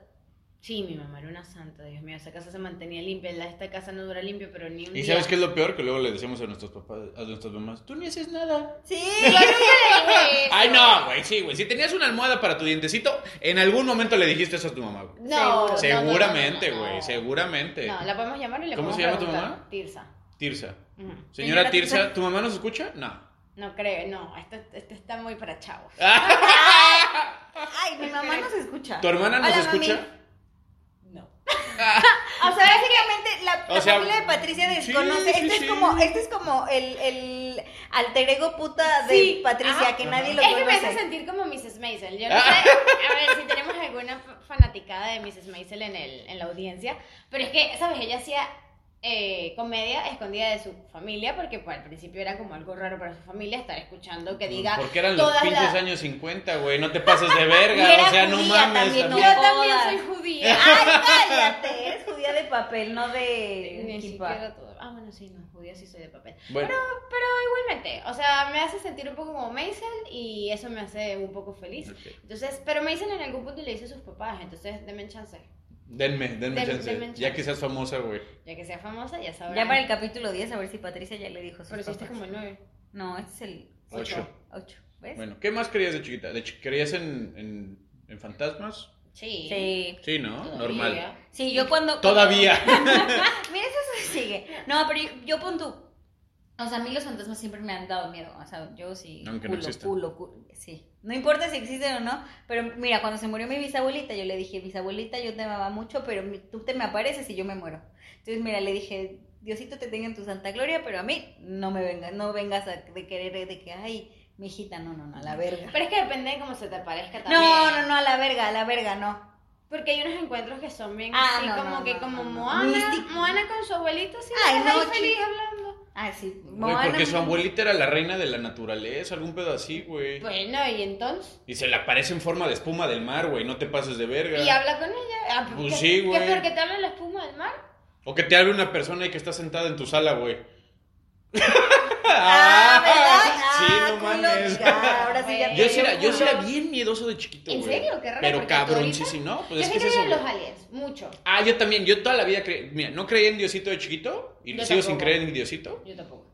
Sí, mi mamá era una santa, Dios mío, esa casa se mantenía limpia, la esta casa no dura limpia, pero ni un
Y
día.
sabes qué es lo peor que luego le decimos a nuestros papás, a nuestras mamás, tú ni haces nada. [laughs]
sí,
Yo nunca le dije [laughs] eso.
Ay, no, güey, sí, güey. Si tenías una almohada para tu dientecito, en algún momento le dijiste eso a tu mamá, güey.
No, no,
Seguramente,
no, no, no,
güey,
no.
seguramente.
No, la podemos llamar y le
¿Cómo
podemos
se llama tu
preguntar.
mamá?
Tirsa.
Tirsa.
Ujú.
Señora,
Señora
Tirsa,
Tirsa.
¿tu mamá nos escucha? No.
No creo, no, esto, esto está muy para chavos.
ay, mi mamá nos escucha.
¿Tu hermana nos
Hola,
escucha?
mami.
No.
O sea, básicamente la,
O
la
sea,
familia de Patricia
sí,
desconoce.
sí,
este,
sí.
Es como, este es como el, el alter ego puta de
Sí,
Patricia,
ajá.
que nadie lo
Es que me hace
conoce.
sentir como Mrs. Maisel. Yo no
Ah.
sé, a ver si tenemos alguna fa- fanaticada de Mrs. Maisel en, el, en la audiencia, pero es que, ¿sabes? Ella hacía eh, comedia escondida de su familia porque pues, al principio era como algo raro para su familia estar escuchando que diga
Mm, Porque eran los
todas
pinches
las-
años 50, güey. No te pases
[laughs]
de
Y
verga.
era
o sea, no
judía
mames.
también,
también.
Yo
No
también
jodas.
soy
[laughs]
judía.
¡Ay, cállate! Eres judía de papel, no de
Ni
equipa.
siquiera todo. Ah, bueno, sí, no, judía sí soy de papel.
Bueno,
Pero igualmente, o sea, me hace sentir un poco como Maisel y eso me hace un poco feliz.
ok.
Entonces, pero Maisel en algún punto le dice a sus papás, entonces denme chance.
denme, denme
Den-
chance.
denme
Ya
chance.
que seas famosa, güey.
Ya que sea famosa, ya sabrá.
Ya para el capítulo 10, a ver si Patricia ya le dijo a sus
Pero si este es
papás.
como el 9.
No, este es el
Ocho.
8. ¿Ves?
Bueno, ¿qué más querías de chiquita? ¿De chi- ¿Querías en, en, en fantasmas?
Sí.
Sí.
Sí, ¿no?
Todavía.
Normal.
Sí, yo cuando.
Todavía.
Mira, eso se sigue. No, pero yo, yo pon tú. O sea, a mí los fantasmas siempre me han dado miedo. O sea, yo sí.
Aunque no
culo,
existan.
culo, culo, Sí. No importa si existen o no. Pero mira, cuando se murió mi bisabuelita, yo le dije, bisabuelita, yo te amaba mucho, pero mi- tú te me apareces y yo me muero. Entonces, mira, le dije, Diosito te tenga en tu santa gloria, pero a mí no me vengas, no vengas a, de querer, de que, ay, mi hijita, no, no, no, a la verga.
Pero es que depende de cómo se te parezca también.
No, no, no, a la verga, a la verga, no.
Porque hay unos encuentros que son bien
Ah,
así,
no,
como
no,
que
no,
como
no, no.
Moana.
Místico.
Moana con su abuelito, sí,
Ay,
Ay,
no,
ahí feliz
chico.
hablando.
Ay, sí.
Güey,
Moana,
porque su
Moana.
abuelita era la reina de la naturaleza, algún pedo así, güey.
Bueno, y entonces.
Y se le aparece en forma de espuma del mar, güey. No te pases de verga.
Y habla con ella. Ah,
Pues
¿qué-
sí,
¿Qué
güey.
peor que te habla la espuma del mar?
O que te hable una persona y que está sentada en tu sala,
[laughs]
güey. [laughs]
Ah, ¿verdad?
Sí,
Ah,
no
culo,
mames.
ya, ahora sí ya
Güey.
Yo
te
sí,
dio
era, yo sí era
culo.
bien miedoso de chiquito,
¿En
güey.
serio? Qué raro,
Pero
porque hasta
cabrón, sí,
ahorita-
sí, no.
yo
Pues es
sí
que es
creo
eso,
en los
güey.
aliens, mucho.
Ah, yo también. Yo toda la vida creí. Mira, no creía en Diosito de chiquito. Y
Yo
sigo sin
tampoco.
creer en Diosito.
Yo tampoco.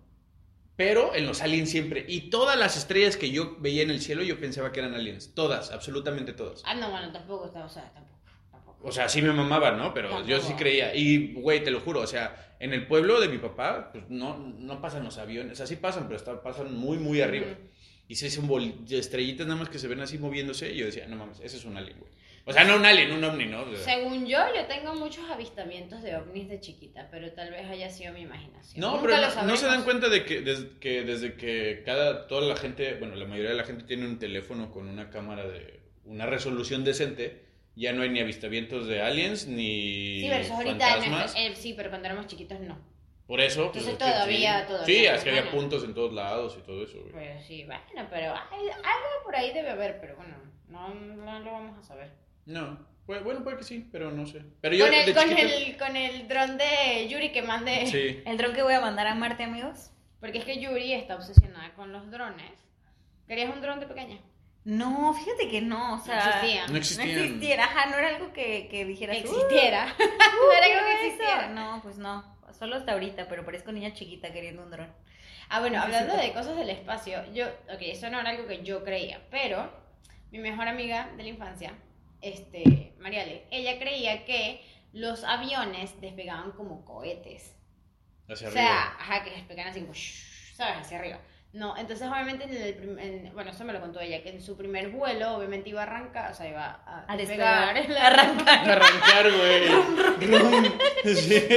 Pero en los aliens siempre. Y todas las estrellas que yo veía en el cielo, yo pensaba que eran aliens. Todas, absolutamente todas.
Ah, no, bueno, tampoco, o sea, tampoco. tampoco.
O sea, sí me mamaba, ¿no? Pero yo sí
Tampoco.
creía. Y, güey, te lo juro, o sea, en el pueblo de mi papá, pues no, no pasan los aviones. O sea, sí pasan, pero está- pasan muy, muy arriba.
Ujú.
Y se hacen bol- estrellitas nada más que se ven así moviéndose. Y yo decía, no mames, ese es un alien, güey. O sea, no un alien, un ovni, ¿no? O sea,
Según yo, yo tengo muchos avistamientos de ovnis de chiquita, pero tal vez haya sido mi imaginación.
No,
Nunca
pero
lo
no- no, se dan
sabremos.
cuenta de que desde, que desde que cada toda la gente, bueno, la mayoría de la gente tiene un teléfono con una cámara de una resolución decente, ya no hay ni avistamientos de aliens ni
Sí, versus ahorita, en
fantasmas.
nuestra- eh, sí, pero cuando éramos chiquitos no.
Por eso, pues,
Entonces,
es que
todavía-
sí.
todavía
Sí,
no,
es que había
bueno.
puntos en todos lados y todo eso, güey.
Pero sí, bueno, pero hay- algo por ahí debe haber, pero bueno, no, no lo vamos a saber.
No. Pu- Bueno, puede que sí, pero no sé. Pero yo
Con el,
de
con,
chiquito-
el, con el dron de Yuri que mande.
Sí.
El dron que voy a mandar a Marte, amigos.
Porque es que Yuri está obsesionada con los drones. ¿Querías un dron de pequeña?
No, fíjate que no, o sea.
No existía.
No
No
existían.
existiera, ajá, no era algo que, que dijeras.
Existiera.
"Uh,
no era algo
quiero
que
eso".
existiera.
No, pues no. Solo hasta ahorita, pero parezco niña chiquita queriendo un dron.
Ah, bueno,
Sí, sí,
hablando
sí.
de cosas del espacio, yo, ok, eso no era algo que yo creía, pero mi mejor amiga de la infancia, este, Mariale, ella creía que los aviones despegaban como cohetes.
Hacia
o sea,
arriba.
ajá, que despegan así como, shhh, ¿sabes? Hacia arriba. No, entonces obviamente en el prim- en- bueno, eso me lo contó ella, que en su primer vuelo obviamente iba a arrancar, o sea, iba a,
A
despegar
despegar.
[laughs] el
[laughs]
Arrancar.
[laughs]
Arrancar, güey. Rum. Sí.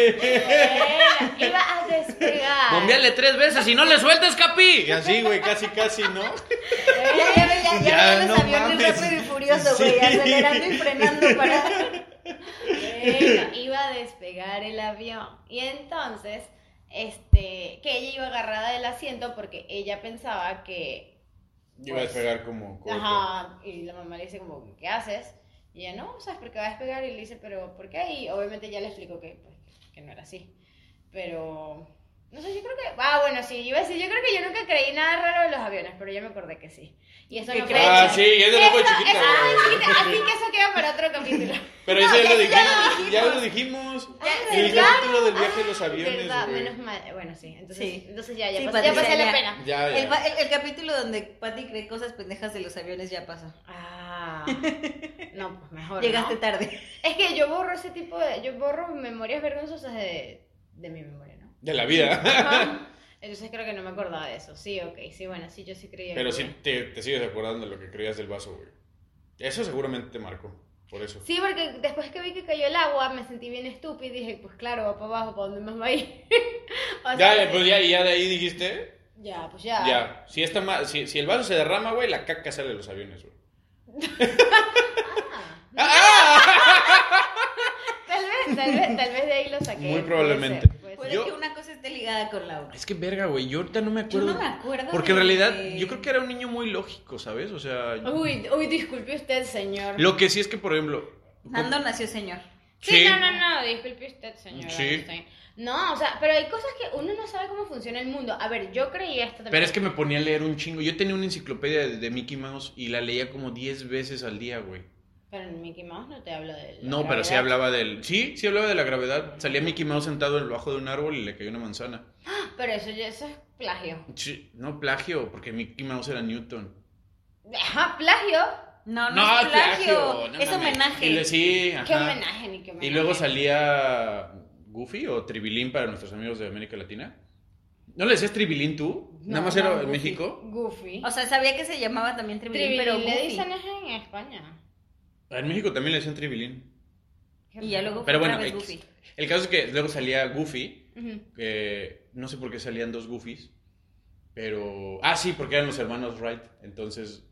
Era, iba a despegar.
Bombeale tres veces y no le sueltes, Capi. Y así, güey, casi, casi, ¿no?
Ya, ya,
Ya,
ya, ya, veía los
no
aviones
mames.
rápido y furioso, güey,
Sí.
acelerando y frenando para...
Era, iba a despegar el avión. Y entonces, este, que ella iba agarrada del asiento porque ella pensaba que,
Iba a despegar como. cohete.
ajá, y la mamá le dice como, ¿qué haces? Y ella, no, ¿sabes por qué va a despegar? Y le dice, pero, ¿por qué? Y obviamente ya le explicó que, pues, que no era así. Pero, no sé, yo creo que, ah, bueno, sí, iba a decir, yo creo que yo nunca creí nada raro de los aviones, pero ya me acordé que sí. Y eso
¿Qué
no
crees?
Ah, sí, es de loco
Eso-
chiquita,
eso- ah,
güey.
chiquita, Así que eso queda para otro
[laughs]
capítulo.
Pero eso ya,
ya-
lo
ya lo
dijimos. Ya lo dijimos.
Ya-
En el
claro.
capítulo del viaje de los aviones,
Ah, Verdad,
güey.
menos mal. Bueno, sí. Entonces,
Sí.
entonces ya, ya,
Sí,
pasé, ya
Patricia,
pasé la
ya.
pena.
Ah, Ya, ya.
El, pa- el- el capítulo donde Patty cree cosas pendejas de los aviones ya pasó. [laughs]
Ah. No, pues mejor.
Llegaste
¿no?
tarde.
Es que yo borro ese tipo de. Yo borro memorias vergonzosas de, de mi memoria,
[laughs]
¿no?
De la vida.
Ajá. Entonces creo que no me acordaba de eso. Sí, ok. Sí, bueno, sí, yo sí creía.
Pero
que-
sí te, te sigues acordando de lo que creías del vaso, güey. Eso seguramente te marcó. Por eso.
Sí, porque después que vi que cayó el agua, me sentí bien estúpida y dije, pues claro, va para abajo, ¿para dónde más va a ir? [laughs] O
Ya,
sea,
eh, pues ya, y ya de ahí dijiste.
ya, pues ya.
Ya. Si, esta ma- si, si el vaso se derrama, güey, la caca sale de los aviones, güey.
Ah,
¡Ah!
tal vez, tal vez, tal vez de ahí lo saqué.
Muy
puede
probablemente.
ser, puede ser.
Puede
Yo-
que una cosa esté ligada con la otra.
Es que verga, güey. Yo ahorita no me
Yo
acuerdo.
no me acuerdo.
Porque en
de-
realidad, yo creo que era un niño muy lógico, ¿sabes? O sea.
Uy, uy, disculpe usted, señor.
Lo que sí es que, por ejemplo.
Nando nació señor.
Sí, no, no, no, disculpe usted, señora.
Sí.
Einstein. No, o sea, pero hay cosas que uno no sabe cómo funciona el mundo. A ver, yo creía esto también.
Pero es que me ponía a leer un chingo. Yo tenía una enciclopedia de, de Mickey Mouse y la leía como 10 veces al día, güey.
Pero en Mickey Mouse no te hablo de. la
No, pero sí
gravedad.
hablaba del. Sí, sí hablaba de la gravedad. Salía Mickey Mouse sentado debajo de un árbol y le cayó una manzana.
Pero eso, ya- eso es plagio.
Sí, no plagio, porque Mickey Mouse era Newton.
Ajá, plagio.
No, no, es plagio.
no
es
mames.
homenaje.
Y le- sí, ajá.
Qué homenaje, ni qué homenaje.
Y luego salía Goofy o Tribilín para nuestros amigos de América Latina. ¿No le decías Tribilín tú?
No,
Nada más
no,
era en
Goofy.
México.
Goofy.
O sea, sabía que se llamaba también Tribilín,
Tribilín
pero
le
Goofy.
dicen es en España.
En México también le decían Tribilín.
Qué
Y ya
raro.
luego fue
Pero bueno,
otra vez
X.
Goofy.
El caso es que luego salía Goofy.
Ujú.
que eh, no sé por qué salían dos Goofies, pero... Ah, sí, porque eran los hermanos Wright, entonces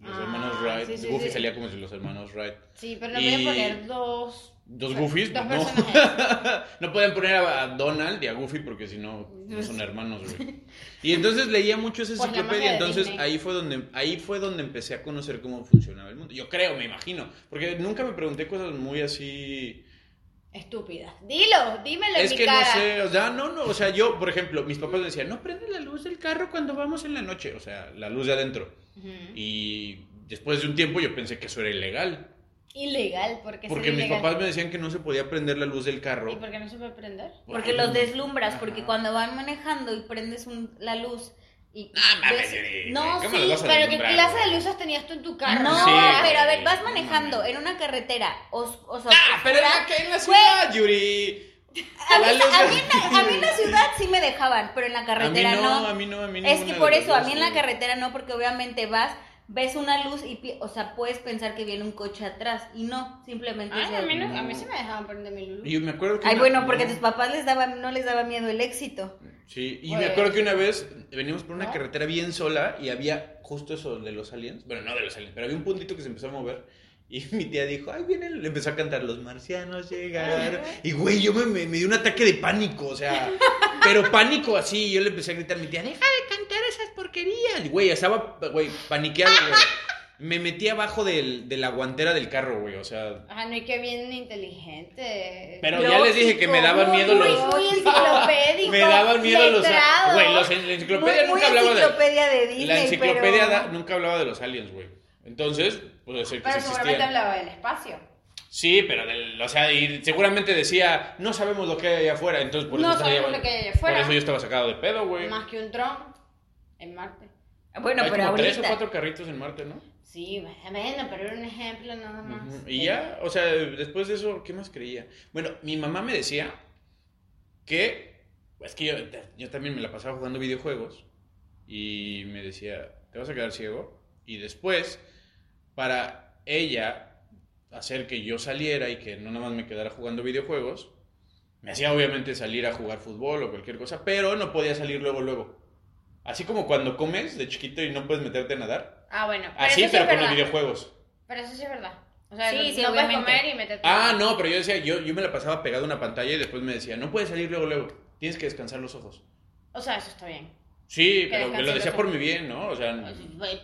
los
Ah,
hermanos Wright,
sí, sí,
Goofy
sí.
salía como si los hermanos Wright.
Sí, pero no voy
Y-
a poner dos.
¿Dos
o sea,
Goofies?
Dos
no.
personajes.
[laughs]
[laughs]
no podían poner a a Donald y a Goofy porque si no, no son hermanos, güey. Y entonces leía mucho esa
Pues la magia
enciclopedia,
de
entonces
Disney.
ahí fue, donde, ahí fue donde empecé a conocer cómo funcionaba el mundo. Yo creo, me imagino, porque nunca me pregunté cosas muy así...
Estúpidas. Dilo, dímelo en
Es
mi
que no
cara.
sé, o sea, no, no, o sea, yo, por ejemplo, mis papás decían, no prende la luz del carro cuando vamos en la noche, o sea, la luz de adentro.
Ujú.
Y después de un tiempo yo pensé que eso era ilegal,
Ilegal, porque
porque mis papás me decían que no se podía prender la luz del carro.
¿Y por qué no se puede prender?
Porque los deslumbras,
Ajá.
porque cuando van manejando y prendes un- la luz y
Ah, mames,
ves-
Yuri,
no,
¿cómo
sí,
los vas a
Pero ¿qué
deslumbrar,
clase
güey?
de luces tenías tú en tu carro? Ah,
No,
Sí,
pero a ver, vas
no
manejando
mames.
en una carretera os, os-
Ah,
oscura.
pero era que en la ciudad, Yuri.
a, mí,
la luz
a
de-
mí
[laughs]
en la- a mí en la ciudad sí me dejaban, pero en la
A mí
carretera
no, a mí no, a mí
Es
ninguna
que
de
por
las
eso, a
dos,
mí en la
güey.
carretera no, porque obviamente vas, ves una luz y, pi- o sea, puedes pensar que viene un coche atrás y no, simplemente
Ay,
Ah,
se-
a, mí no- a mí sí me dejaban prender mi luz.
Y yo me acuerdo que
Ay,
una-
bueno, porque a
no.
tus papás les daba, no les daba miedo el éxito.
Sí, y
Oye.
me acuerdo que una vez veníamos por una
¿No?
carretera bien sola y había justo eso de los aliens. Bueno, no de los aliens, pero había un puntito que se empezó a mover. Y [laughs] mi tía dijo, ay, vienen, le empezó a cantar, los marcianos llegaron. Y güey, yo me, me, me dio un ataque de pánico, o sea, pero pánico así. Y yo le empecé a gritar a mi tía, deja de cantar esas porquerías. Y, Güey, estaba, güey, paniqueado. güey. Me metí abajo del- de la guantera del carro, güey, o sea.
Ajá, no hay que bien inteligente.
Pero ya les dije que me daban
Muy,
miedo
muy,
los.
[laughs] Muy enciclopédico.
[laughs] Me daban miedo los.
letrado.
Güey, los, la enciclopedia
muy, muy
nunca hablaba de.
enciclopedia de, Disney,
La enciclopedia
pero...
da- nunca hablaba de los aliens, güey. Entonces, puede ser que sí
Pero seguramente
existían.
hablaba del espacio.
Sí, pero del- o sea, y seguramente decía, no sabemos lo que hay allá afuera, entonces por
No
eso estaba
sabemos
allá-
lo que hay allá afuera.
Por eso yo estaba sacado de pedo, güey.
Más que un dron en Marte.
Bueno,
hay
pero
como tres o
ahorita...
cuatro carritos en Marte, ¿no?
Sí, bueno, pero era un ejemplo nada más.
Ujú. Y ya, o sea, después de eso, ¿qué más creía? Bueno, mi mamá me decía que, es que yo, yo también me la pasaba jugando videojuegos y me decía, ¿te vas a quedar ciego? Y después, para ella hacer que yo saliera y que no nada más me quedara jugando videojuegos, me hacía obviamente salir a jugar fútbol o cualquier cosa, pero no podía salir luego, luego. Así como cuando comes de chiquito y no puedes meteterte a nadar.
Ah, bueno. Pero
Así,
eso sí
pero
es
con
verdad.
los videojuegos.
Pero eso sí es verdad. O sea,
Sí,
no,
sí,
no puedes
obviamente.
comer y meterte.
Ah, no, pero yo decía, yo, yo me la pasaba pegado a una pantalla y después me decía, no puedes salir luego, luego, tienes que descansar los ojos.
O sea, eso está bien.
Sí,
Que
pero me
descansen
lo
los
decía por
ojos.
mi bien, ¿no? O sea,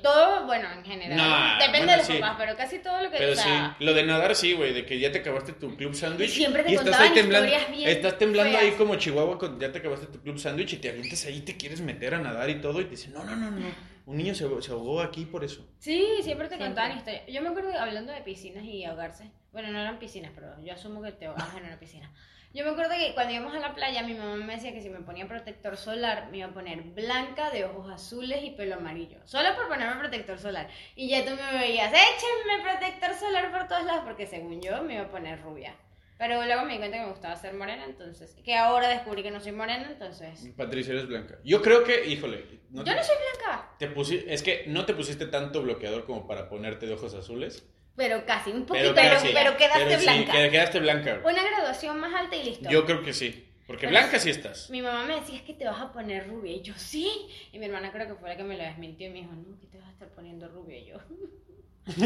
Todo, bueno, en general.
Nah,
Depende
bueno,
de los
sí.
papás, pero casi todo lo que
pero
o sea,
sí, lo de nadar sí, güey, de que ya te acabaste tu club sándwich.
Y siempre te contaban historias bien
Estás temblando
feas.
ahí como Chihuahua, con- ya te acabaste tu club sándwich y te avientas ahí, te quieres meter a nadar y todo y te dicen, no, no, no, no, un niño se, se ahogó aquí por eso.
Sí, siempre te
Siempre.
contaban historias. Yo me acuerdo que hablando de piscinas y ahogarse. Bueno, no eran piscinas, pero yo asumo que te ahogabas en una piscina. Yo me acuerdo que cuando íbamos a la playa, mi mamá me decía que si me ponía protector solar, me iba a poner blanca, de ojos azules y pelo amarillo. Solo por ponerme protector solar. Y ya tú me veías, échenme protector solar por todos lados, porque según yo me iba a poner rubia. Pero luego me di cuenta que me gustaba ser morena, entonces. Que ahora descubrí que no soy morena, entonces.
Patricia eres blanca. Yo creo que, híjole, no
Yo
te-
no soy blanca,
te pusi- es que no te pusiste tanto bloqueador como para ponerte de ojos azules.
pero casi, un
Pero,
poquito.
casi.
pero quedaste
sí,
blanca.
que- quedaste blanca. güey.
Una graduación más alta y listo.
Yo creo que sí. Porque
Bueno,
blanca sí estás.
Mi mamá me decía, es que te vas a poner rubia. Y yo, sí. Y mi hermana creo que fue la que me lo desmintió y me dijo, no, que te vas a estar poniendo rubia. Y yo, [laughs]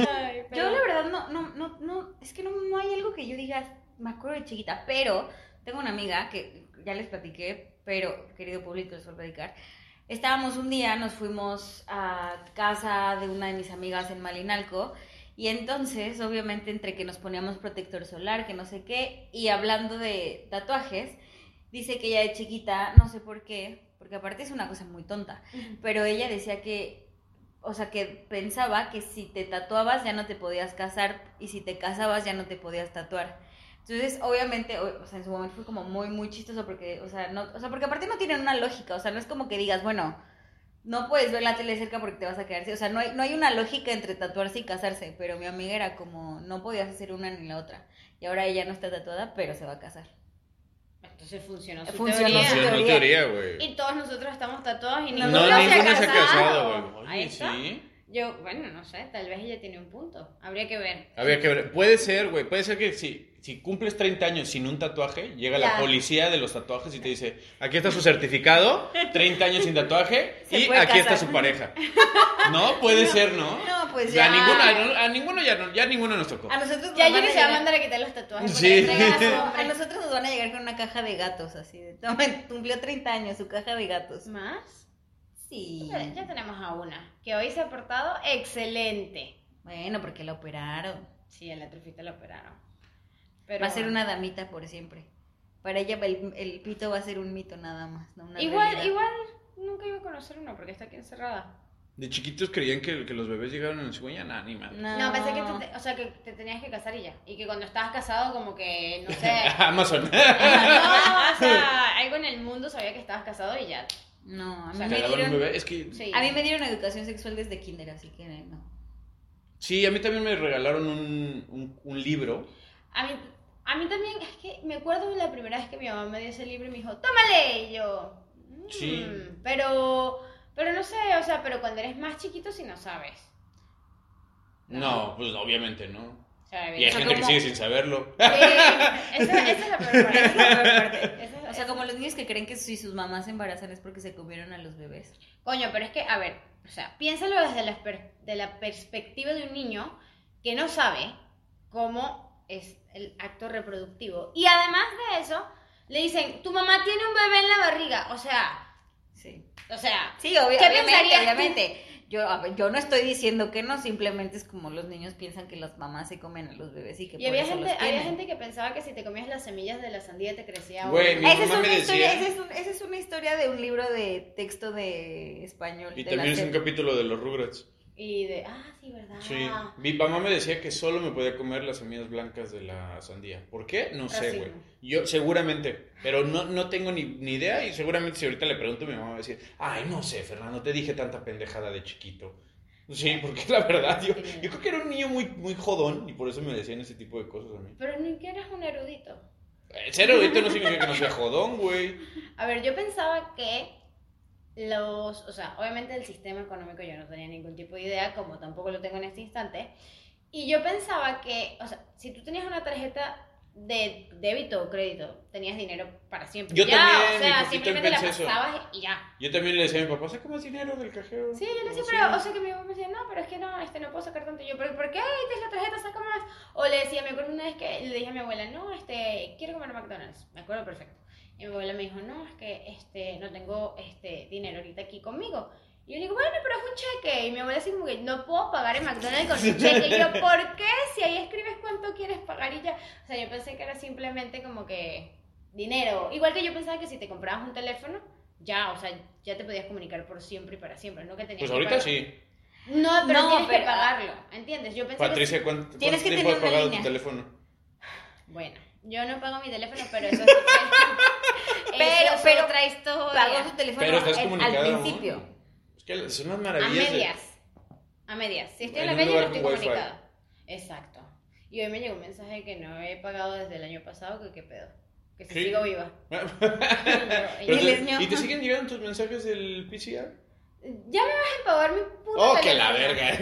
ay, pero...
Yo la verdad no, no, no, no, es que no, no hay algo que yo diga, me acuerdo de chiquita, pero tengo una amiga que ya les platiqué, pero querido público, les voy a platicar. Estábamos un día, nos fuimos a casa de una de mis amigas en Malinalco y entonces, obviamente, entre que nos poníamos protector solar, que no sé qué, y hablando de tatuajes, dice que ella de chiquita, no sé por qué, porque aparte es una cosa muy tonta, pero ella decía que, o sea, que pensaba que si te tatuabas ya no te podías casar y si te casabas ya no te podías tatuar. Entonces, obviamente, o, o sea, en su momento fue como muy, muy chistoso porque, o sea, no, o sea, porque aparte no tienen una lógica, o sea, no es como que digas, bueno, no puedes ver la tele de cerca porque te vas a quedar, ciego. o sea, no hay, no hay una lógica entre tatuarse y casarse, pero mi amiga era como, no podías hacer una ni la otra. Y ahora ella no está tatuada, pero se va a casar.
Entonces funcionó su
Funcionó
teoría.
su
Sí,
teoría.
güey.
Y todos nosotros estamos tatuados y
No,
ninguno,
ninguno
se ha casado, güey.
Ahí
Oye,
está.
sí.
Yo, bueno, no sé, tal vez ella tiene un punto. Habría que ver.
Había que ver. Puede ser, güey. Puede ser que si, si cumples 30 años sin un tatuaje, llega la
Ya.
policía de los tatuajes y te dice: aquí está su certificado, 30 años sin tatuaje,
[laughs] Se
y aquí
puede
está
casar.
su
[laughs]
pareja. No, puede ser, ¿no?
No, pues
O sea,
ya.
A ninguno, a ninguno ya, no- ya ninguno nos tocó.
A nosotros
Ya
nos van
Yuri se
a
va a
llegar-
mandar a quitar los tatuajes. porque
Ah. Sí.
le entregan a su [laughs]
No,
hombre.
[laughs]
a nosotros nos van a llegar con una caja de gatos, así de, tomen, cumplió 30 años su caja de gatos.
¿Más?
Sí.
Ya, ya tenemos a una, que hoy se ha portado excelente.
Bueno, porque la operaron.
Sí, a la trufita la operaron. Pero
Va a ser una damita por siempre. Para ella el, el pito va a ser un mito nada más, no una
Igual,
realidad.
igual nunca iba a conocer una porque está aquí encerrada.
De chiquitos creían que, que los bebés llegaron en cigüeña. Nah, ni madre.
No,
No, pensé que te, te- o sea, que te tenías que casar y ya. Y que cuando estabas casado, como que, no
[laughs]
sé.
[laughs] Amazon.
no, o sea, algo en el mundo sabía que estabas casado y ya.
No, a mí,
O sea,
me
Cagaban un
dieron,
bebé. Es que
Sí.
a mí me dieron educación sexual desde kinder, así que no.
Sí, a mí también me regalaron un, un- un libro.
Ah.
A mí, a mí también, es que me acuerdo la primera vez que mi mamá me dio ese libro y me dijo, tómale. Y yo, "Mm,
Sí.
Pero, pero no sé, o sea, pero cuando eres más chiquito, si no sabes.
No, pues obviamente no.
O sea,
Y hay [laughs]
sea,
gente que
como-
sigue sin saberlo.
Sí, esa, esa es la peor parte. Esa es la peor parte. Esa es-
O sea, como los niños que creen que si sus mamás se embarazan es porque se comieron a los bebés.
Coño, pero es que, a ver, o sea, piénsalo desde la, per- de la perspectiva de un niño que no sabe cómo es el acto reproductivo. Y además de eso, le dicen, tu mamá tiene un bebé en la barriga. O sea,
Sí.
o sea,
Sí, obvia-
¿Qué
obviamente,
pensarías tú?
obviamente. Yo, a ver, yo no estoy diciendo que no, simplemente es como los niños piensan que las mamás se comen a los bebés y que
y
por
había
eso
gente,
los
había
tienen.
gente que pensaba que si te comías las semillas de la sandía te crecía
Güey, mi
un...
Esa es,
mamá
una
me
historia,
decía-
esa, es un- esa es una historia de un libro de texto de español.
Y
de la
también es
SEP.
un capítulo de los Rugrats.
Y de, ah, sí, ¿verdad?
Sí. Mi mamá me decía que solo me podía comer las semillas blancas de la sandía. ¿Por qué?
Ah,
No sé,
Racismo.
güey. Yo seguramente, pero no, no tengo ni, ni idea y seguramente si ahorita le pregunto mi mamá va a decir, ay, no sé, Fernando, te dije tanta pendejada de chiquito. Sí, porque la verdad, yo, yo creo que era un niño muy, muy jodón y por eso me decían ese tipo de cosas a mí.
Pero ni que eras un erudito.
Eh, Ser ahorita no significa que no sea jodón, güey.
A ver, yo pensaba que los, o sea, obviamente el sistema económico yo no tenía ningún tipo de idea, como tampoco lo tengo en este instante. Y yo pensaba que, o sea, si tú tenías una tarjeta de débito o crédito, tenías dinero para siempre.
Yo
ya,
también,
o
mi
sea,
papito
simplemente la
pensé eso.
pasabas y ya.
Yo también le decía a mi papá, saca más dinero del cajero.
Sí, yo le decía,
Así.
pero, o sea, que mi papá me decía, no, pero es que no, este, no puedo sacar tanto. Y yo, pero ¿por qué? Esta es la tarjeta, saca más. O le decía, me acuerdo una vez que le dije a mi abuela, no, este, quiero comer McDonald's. Me acuerdo perfecto. Y mi abuela me dijo, no, es que, este, no tengo, este, dinero ahorita aquí conmigo. Y yo le digo, bueno, pero es un cheque. Y mi abuela así como que, no puedo pagar en McDonald's con un cheque. Y yo, ¿por qué? Si ahí escribes cuánto quieres pagar y ya. O sea, yo pensé que era simplemente como que dinero. Igual que yo pensaba que si te comprabas un teléfono, ya, o sea, ya te podías comunicar por siempre y para siempre, no que tenías
Pues
que
ahorita
pagar.
sí.
No, pero
No,
tienes
pero-
que pagarlo, ¿entiendes? Yo pensé
Patricia, ¿cuánto,
Tienes
cuánto tiempo
que tener
has
una
pagado tu
línea.
teléfono?
que... Bueno, yo no pago mi teléfono, pero
[laughs]
eso es...
Pero-
eso es
pero
otra historia.
Pagó su teléfono
Pero estás
en-
comunicada.
eh, al
¿no?
principio.
Es que son unas
A
maravillas. de-
medias. A medias. Si estoy en
En
la
un
calle, no
lugar
estoy
con wifi.
comunicada. Exacto. Y hoy me llegó un mensaje que no he pagado desde el año pasado, que qué pedo. Que si
Sí.
sigo
[laughs]
viva. [laughs]
Pero
Y
te-
les ño.
¿Y te siguen llegando tus mensajes del PCR?
Ya me vas a pagar mi puta
Oh, que la verga.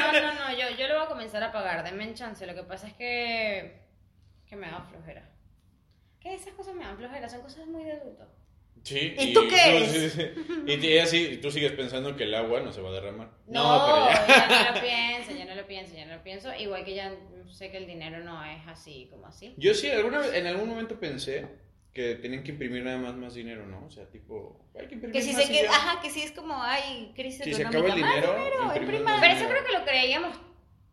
No, no, no, yo, yo lo voy a comenzar a pagar, denme en chance. Lo que pasa es que. que me da flojera. Que esas cosas me dan flojera, son cosas muy de adulto.
[laughs] Sí.
¿Y tú qué eres?
sí, sí. Y te- y así, y tú sigues pensando que el agua no se va a derramar.
No,
pero ya.
ya. no
[laughs]
lo pienso, ya no lo pienso, ya no lo pienso. Igual que ya sé que el dinero no es así como así.
Yo sí, alguna vez- en algún momento pensé que tenían que imprimir nada más más dinero, ¿no? O sea, tipo, hay que imprimir
Que si
más
se
y
queda,
ya.
ajá, que si es como, ay, crisis
Si se
económica.
acaba el
más
dinero,
dinero,
imprimimos
impriman.
más
Pero eso creo que lo creíamos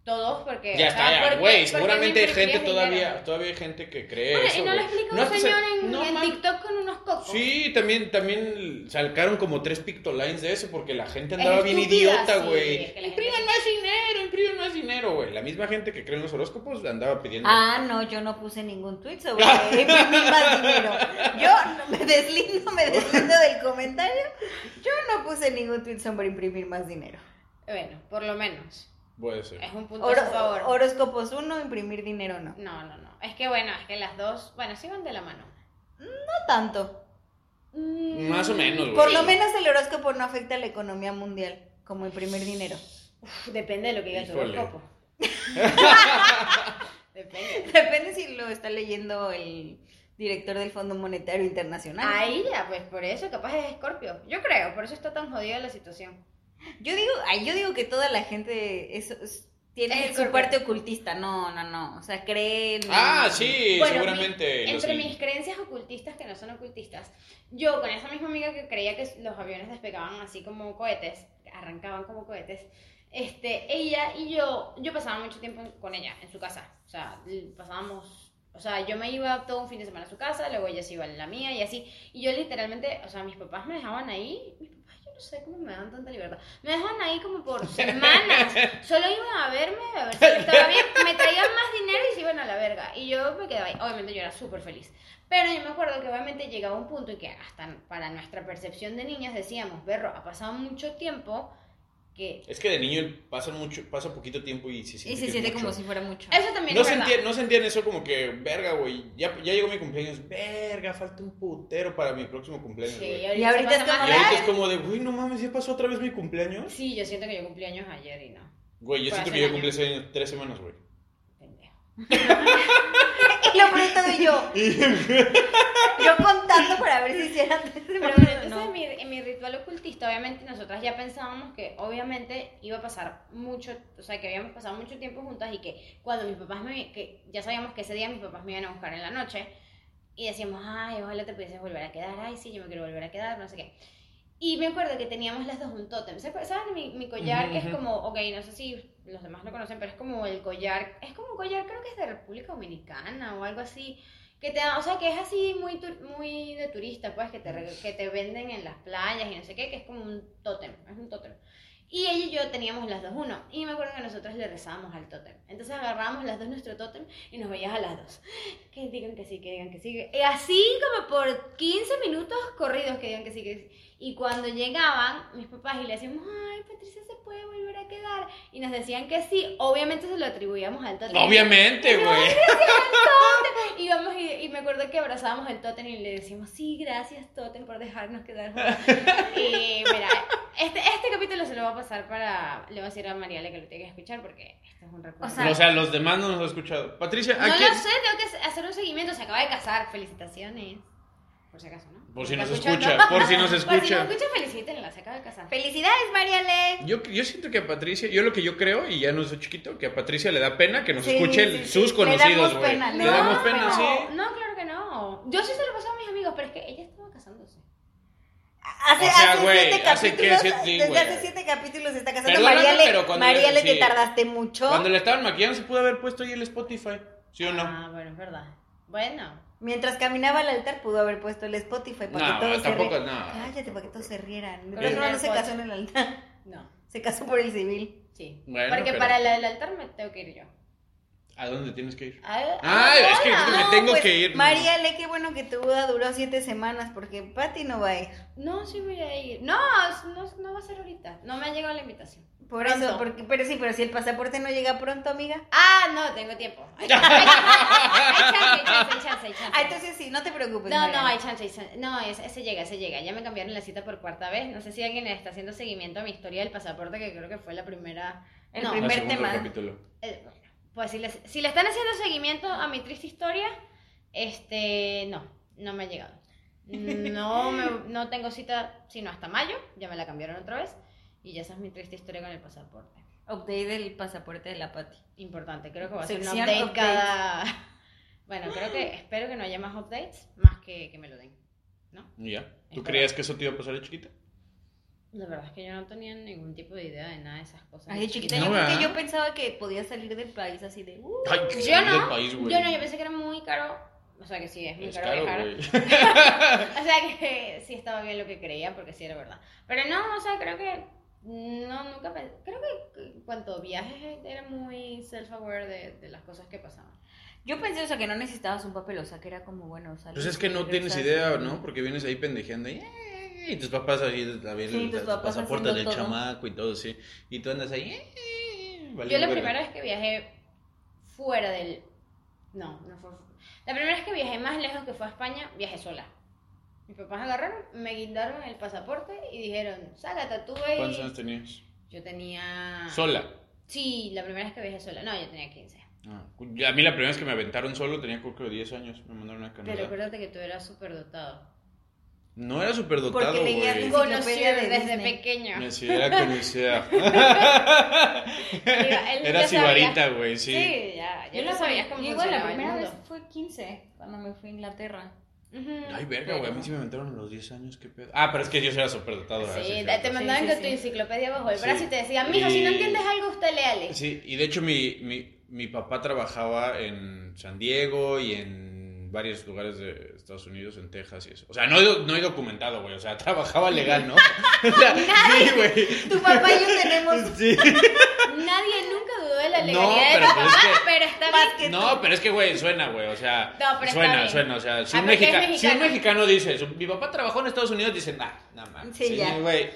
todos porque.
Ya
o sea,
está, ya,
¿por qué- por qué
güey.
no
Seguramente hay gente
imprimías
todavía,
dinero?
todavía hay gente que cree
Bueno,
eso.
y no lo
güey.
explica
No,
un
hasta se-
señor en,
no
en
mames.
TikTok con unos cocos.
Sí, también, también sacaron como tres pictolines de eso porque la gente andaba
Es
bien
estúpida,
idiota,
sí,
güey.
es que la gente-
Impriman más dinero, impriman más dinero, güey. La misma gente que cree en los horóscopos andaba pidiendo.
Ah, no, yo no puse ningún tweet sobre imprimir más dinero. Yo no- me
[laughs]
deslindo, me deslindo del comentario. Yo no puse ningún tweet sobre imprimir más dinero.
Bueno, por lo menos.
Puede ser.
Es un punto a su
Horo-
favor.
horóscopos uno, imprimir dinero no.
No, no, no. Es que bueno, es que las dos, bueno, sí van de la mano.
No tanto.
Más o menos,
mm,
güey.
Por lo menos el horóscopo no afecta a la economía mundial, como imprimir dinero.
Uf, depende de lo que diga tu
Híjole. [laughs]
horóscopo. depende.
[laughs] Depende si lo está leyendo el director del Fondo Monetario Internacional.
Ahí ya, pues por eso capaz es Escorpio. Yo creo, por eso está tan jodida la situación.
Yo digo, ay, yo digo que toda la gente es- es- tiene
Es
su
correcto.
parte ocultista. No, no, no. O sea, creen.
Ah, sí,
Bueno,
seguramente.
mi-
los-
entre mis creencias ocultistas que no son ocultistas, yo con esa misma amiga que creía que los aviones despegaban así como cohetes, arrancaban como cohetes, este, ella y yo, yo pasaba mucho tiempo en- con ella en su casa, o sea, l- pasábamos, o sea, yo me iba todo un fin de semana a su casa, luego ella se iba a la mía y así, y yo literalmente, o sea, mis papás me dejaban ahí, mis papás yo no sé cómo me dan tanta libertad, me dejaban ahí como por
[laughs]
semanas, solo iban a verme, a ver si yo estaba bien, me traían más dinero y se iban a la verga, y yo me quedaba ahí, obviamente yo era súper feliz, pero yo me acuerdo que obviamente llegaba un punto en que hasta para nuestra percepción de niñas decíamos, berro, ha pasado mucho tiempo que
Es que de niño pasa mucho, pasa poquito tiempo y se siente.
Y se
que es
siente
mucho.
como si fuera mucho.
Eso también
No
es verdad.
sentían, no sentían eso como que, verga, güey. Ya, ya llegó mi cumpleaños. Verga, falta un putero para mi próximo cumpleaños, güey.
Y ahorita
se pasa
es
Y
como,
más-
ahorita es como de, güey, no mames, ¿ya pasó otra vez mi cumpleaños?
Sí, yo siento que yo cumplí años ayer y no.
Güey, yo
Fue
siento
hace
que yo
un
cumplí hace tres semanas, güey.
Pendejo.
Y lo pronto yo. yo contando para ver si hiciera antes.
[laughs] Pero bueno, entonces en, mi, en mi ritual ocultista, obviamente nosotras ya pensábamos que obviamente iba a pasar mucho, o sea, que habíamos pasado mucho tiempo juntas y que cuando mis papás me, que ya sabíamos que ese día mis papás me iban a buscar en la noche y decíamos, ay, ojalá te pudieses volver a quedar, ay, sí, yo me quiero volver a quedar, no sé qué. Y me acuerdo que teníamos las dos un tótem, ¿se acuer- ¿saben? Mi, mi collar
Ujú,
que es
ujú.
como, ok, no sé si los demás lo conocen, pero es como el collar, es como un collar creo que es de República Dominicana o algo así. Que te, da- o sea, que es así muy, tur- muy de turista, pues, que te, re- que te venden en las playas y no sé qué, que es como un tótem, es un tótem. Y ella y yo teníamos las dos uno, y me acuerdo que nosotros le rezábamos al tótem. Entonces agarrábamos las dos nuestro tótem y nos veías a las dos. Que digan que sí, que digan que sí. que- Y así como por 15 minutos corridos que digan que sí, que sí. Y cuando llegaban mis papás y le decíamos, ay, Patricia se puede volver a quedar, y nos decían que sí, obviamente se lo atribuíamos al tótem.
Obviamente, güey.
íbamos y, y me acuerdo que abrazábamos el tótem y le decíamos, sí, gracias tótem por dejarnos quedar. y mira, este, este capítulo se lo va a pasar para, le voy a decir a Mariale que lo tiene que escuchar porque esto es un recuerdo.
O sea,
O sea, los demás no nos han escuchado. Patricia, ¿a
no
quién-
lo sé, tengo que hacer un seguimiento, se acaba de casar, felicitaciones. Por si acaso, ¿no?
Por si
¿Está
nos
escuchando?
escucha, por si nos
Por si
escucha.
nos escucha, felicítenla, se acaba de casar.
Felicidades, María Ale.
Yo, yo siento que a Patricia, yo lo que yo creo, y ya no soy chiquito, que a Patricia le da pena que nos
Sí,
escuchen
sí, sí.
sus
Le damos
conocidos, güey.
pena,
Le
no,
damos pena,
pero-
sí.
No, claro que no. Yo sí se lo pasaba a mis amigos, pero es que ella estaba casándose.
Hace,
O sea,
hace
güey,
siete
hace que
capítulos,
siete- sí,
desde
güey.
hace siete capítulos se está casando
Perdóname,
Mariale.
pero cuando-
Mariale,
sí.
te tardaste mucho.
Cuando le estaban maquillando se pudo haber puesto ahí el Spotify, ¿sí o no?
Ah, bueno, es verdad. Bueno.
Mientras caminaba al altar pudo haber puesto el Spotify para
No,
que todos
tampoco,
se rieran.
no.
Cállate, para que todos se rieran. De
Pero
todas formas, no
el
se
podcast.
casó en el altar. [laughs]
No,
Se casó por el civil.
sí.
Bueno,
Porque
pero-
para la del altar me tengo que ir yo.
¿A dónde tienes que ir?
A- a
Ay,
la
Ah, es que-
boda.
Me tengo que ir, no.
Mariale, Pues, qué bueno que tu boda duró siete semanas porque Patty no va a ir.
No, sí voy a ir. No, es- no, no va a ser ahorita. No me ha llegado la invitación.
Por
Pronto.
eso, porque, pero sí, pero si el pasaporte no llega pronto, amiga.
Ah, no, tengo tiempo. [laughs] Hay chance, hay chance, hay chance, hay chance, hay chance.
Ah, entonces sí, no te preocupes.
No,
Mariale.
no, hay chance, hay chance. No, ese, ese llega, ese llega. Ya me cambiaron la cita por cuarta vez. No sé si alguien está haciendo seguimiento a mi historia del pasaporte, que creo que fue la primera.
El
no,
primer
Al segundo
tema.
capítulo.
eh, bueno, pues si le si le están haciendo seguimiento a mi triste historia, este, no, no me ha
[laughs]
llegado. No, me- no tengo cita sino hasta mayo, ya me la cambiaron otra vez. Y ya esa es mi triste historia con el pasaporte.
Update del pasaporte de la Patty.
Importante, creo que va a ser un
Sección
update
updates.
cada. [laughs] Bueno, creo que espero que no haya más updates, más que que me lo den. ¿No?
Y ya. ¿Tú
Espera.
creías que eso te iba a pasar de chiquita?
La verdad es que yo no tenía ningún tipo de idea de nada de esas cosas.
Ay, chiquita,
No,
yo creo
¿verdad?
que yo pensaba que podía salir del país así de. uh,
Ay, que
pues Yo
salí del
no,
país, güey.
yo no, yo pensé que era muy caro. O sea que sí, es muy
Es
caro,
caro,
viajar.
güey.
O sea que sí estaba bien lo que creía, porque sí era verdad. Pero no, o sea, creo que. No, nunca pensé. Creo que cuanto viajes era muy self-aware de, de las cosas que pasaban.
Yo pensé, o sea, que no necesitabas un papel, o sea, que era como bueno. salir
Pues es que
y
no tienes
regresas.
idea, ¿no? Porque vienes ahí pendejeando y, "Eh, y tus papás ahí a ver
Sí,
el
tus papás
pasaporte del
haciendo todo.
chamaco y todo, sí. Y tú andas ahí. eh, valiendo
Yo la
verga.
primera vez que viajé fuera del... No, no fue... La primera vez que viajé más lejos que fue a España, viajé sola. Mis papás agarraron, me guindaron el pasaporte y dijeron, saca tatúe.
¿Cuántos años
y-
tenías?
Yo tenía...
Sola.
Sí, la primera vez que viajé sola. No, yo tenía 15.
Ah, A mí la primera vez que me aventaron solo tenía creo que 10 años. Me mandaron a
Pero
Canadá.
acuérdate que tú eras súper dotado.
No era superdotado,
Porque leías
güey.
Disney.
Conocí
Enciclopedia de
desde
Disney.
pequeño.
Me sí, era como
[laughs]
sea.
él ya sabía.
Era sibarita, güey, sí.
Sí, ya. Yo no sabía cómo
Yo igual
funcionaba
la primera
el
vez
mundo.
fue 15, cuando me fui
[laughs]
a Inglaterra.
Ujú.
Ay, verga, güey. A mí sí me aventaron a los 10 años, qué pedo. Ah, pero es que yo era superdotado. ¿verdad?
Sí,
cierto.
te mandaban
Sí, sí,
con tu
sí.
enciclopedia bajo el
Sí.
brazo y te decían, mijo, si no
Y-
entiendes algo, usted léale.
Sí, y de hecho mi, mi, mi papá trabajaba en San Diego y en varios lugares de Estados Unidos, en Texas y eso. O sea, no, he- no he documentado, güey. O sea, [laughs] trabajaba legal, ¿no? O sea, sí, güey.
Tu papá y yo tenemos
Sí.
Nadie nunca dudó de la
No,
legalidad
pero
de tu
pues es
papá,
que-
pero está bien.
Más que
No, pero es que, güey, suena, güey. O sea,
No, pero está
suena,
bien.
suena. O sea, si
Ah,
un,
porque es
mexica- si un
mexicano.
mexicano dice, "Su- mi papá trabajó en Estados Unidos, dice, nah, nada más.
Sí, ya.
güey.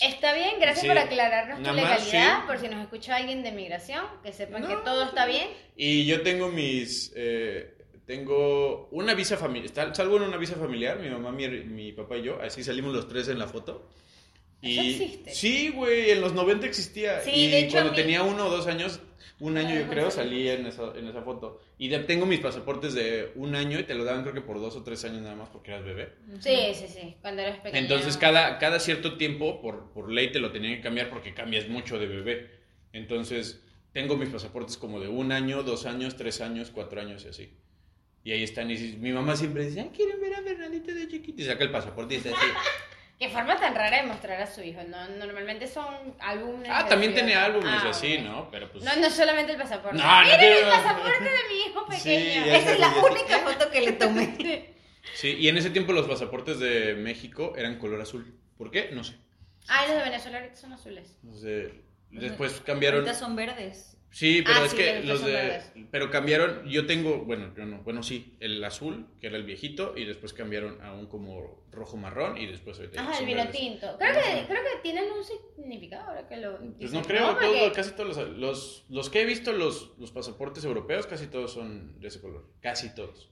Está bien, gracias
Sí.
por aclararnos tu
Nada más,
legalidad,
sí.
por si nos escucha alguien de migración, que sepan que
No,
todo está bien.
Y yo tengo mis. eh, tengo una visa familiar. sal- Salgo en una visa familiar, mi mamá, mi, her- mi papá y yo. Así salimos los tres en la foto.
¿Eso existe?
Sí, güey, en los 90 existía.
Sí,
y
de hecho,
cuando
a mí-
tenía uno o dos años, un año yo
Ajá.
creo, salí en esa, en esa foto. Y de- tengo mis pasaportes de un año y te lo daban creo que por dos o tres años nada más porque eras bebé.
Sí, sí, sí, cuando eres pequeño.
Entonces cada, cada cierto tiempo, por, por ley, te lo tenían que cambiar porque cambias mucho de bebé. Entonces, tengo mis pasaportes como de un año, dos años, tres años, cuatro años y así. Y ahí están, y si- mi mamá siempre dice, ay, quieren ver a Bernadita de chiquita. Y saca el pasaporte y está así.
[laughs] Qué forma tan rara de mostrar a su hijo, ¿no? Normalmente son álbumes.
ah,
de
también
ciudad-
tenía álbumes
Ah,
y así,
ok.
¿no? Pero pues...
No, no solamente el pasaporte.
No, no
¡Miren
tiene-
el pasaporte de mi hijo
Sí,
pequeño!
ya
Esa es la única foto que le tomé.
[laughs] Sí, y en ese tiempo los pasaportes de México eran color azul. ¿Por qué? No sé.
Ay, Ah, los de Venezuela ahorita son azules.
No sé. Después cambiaron...
Ahorita son verdes.
Sí, pero
Ah,
es
sí,
que
los
los
son
de.
verdes.
Pero cambiaron. Yo tengo. Bueno, yo no. Bueno, sí. El azul, que era el viejito. Y después cambiaron a un como rojo marrón. Y después ahorita. ya
Ajá, el
son
vino
verdes.
tinto. Creo que, creo que tienen un significado ahora que lo.
Pues
dicen,
no creo.
Porque-
todos- casi todos los, los. los que he visto, los, los pasaportes europeos, casi todos son de ese color. Casi todos.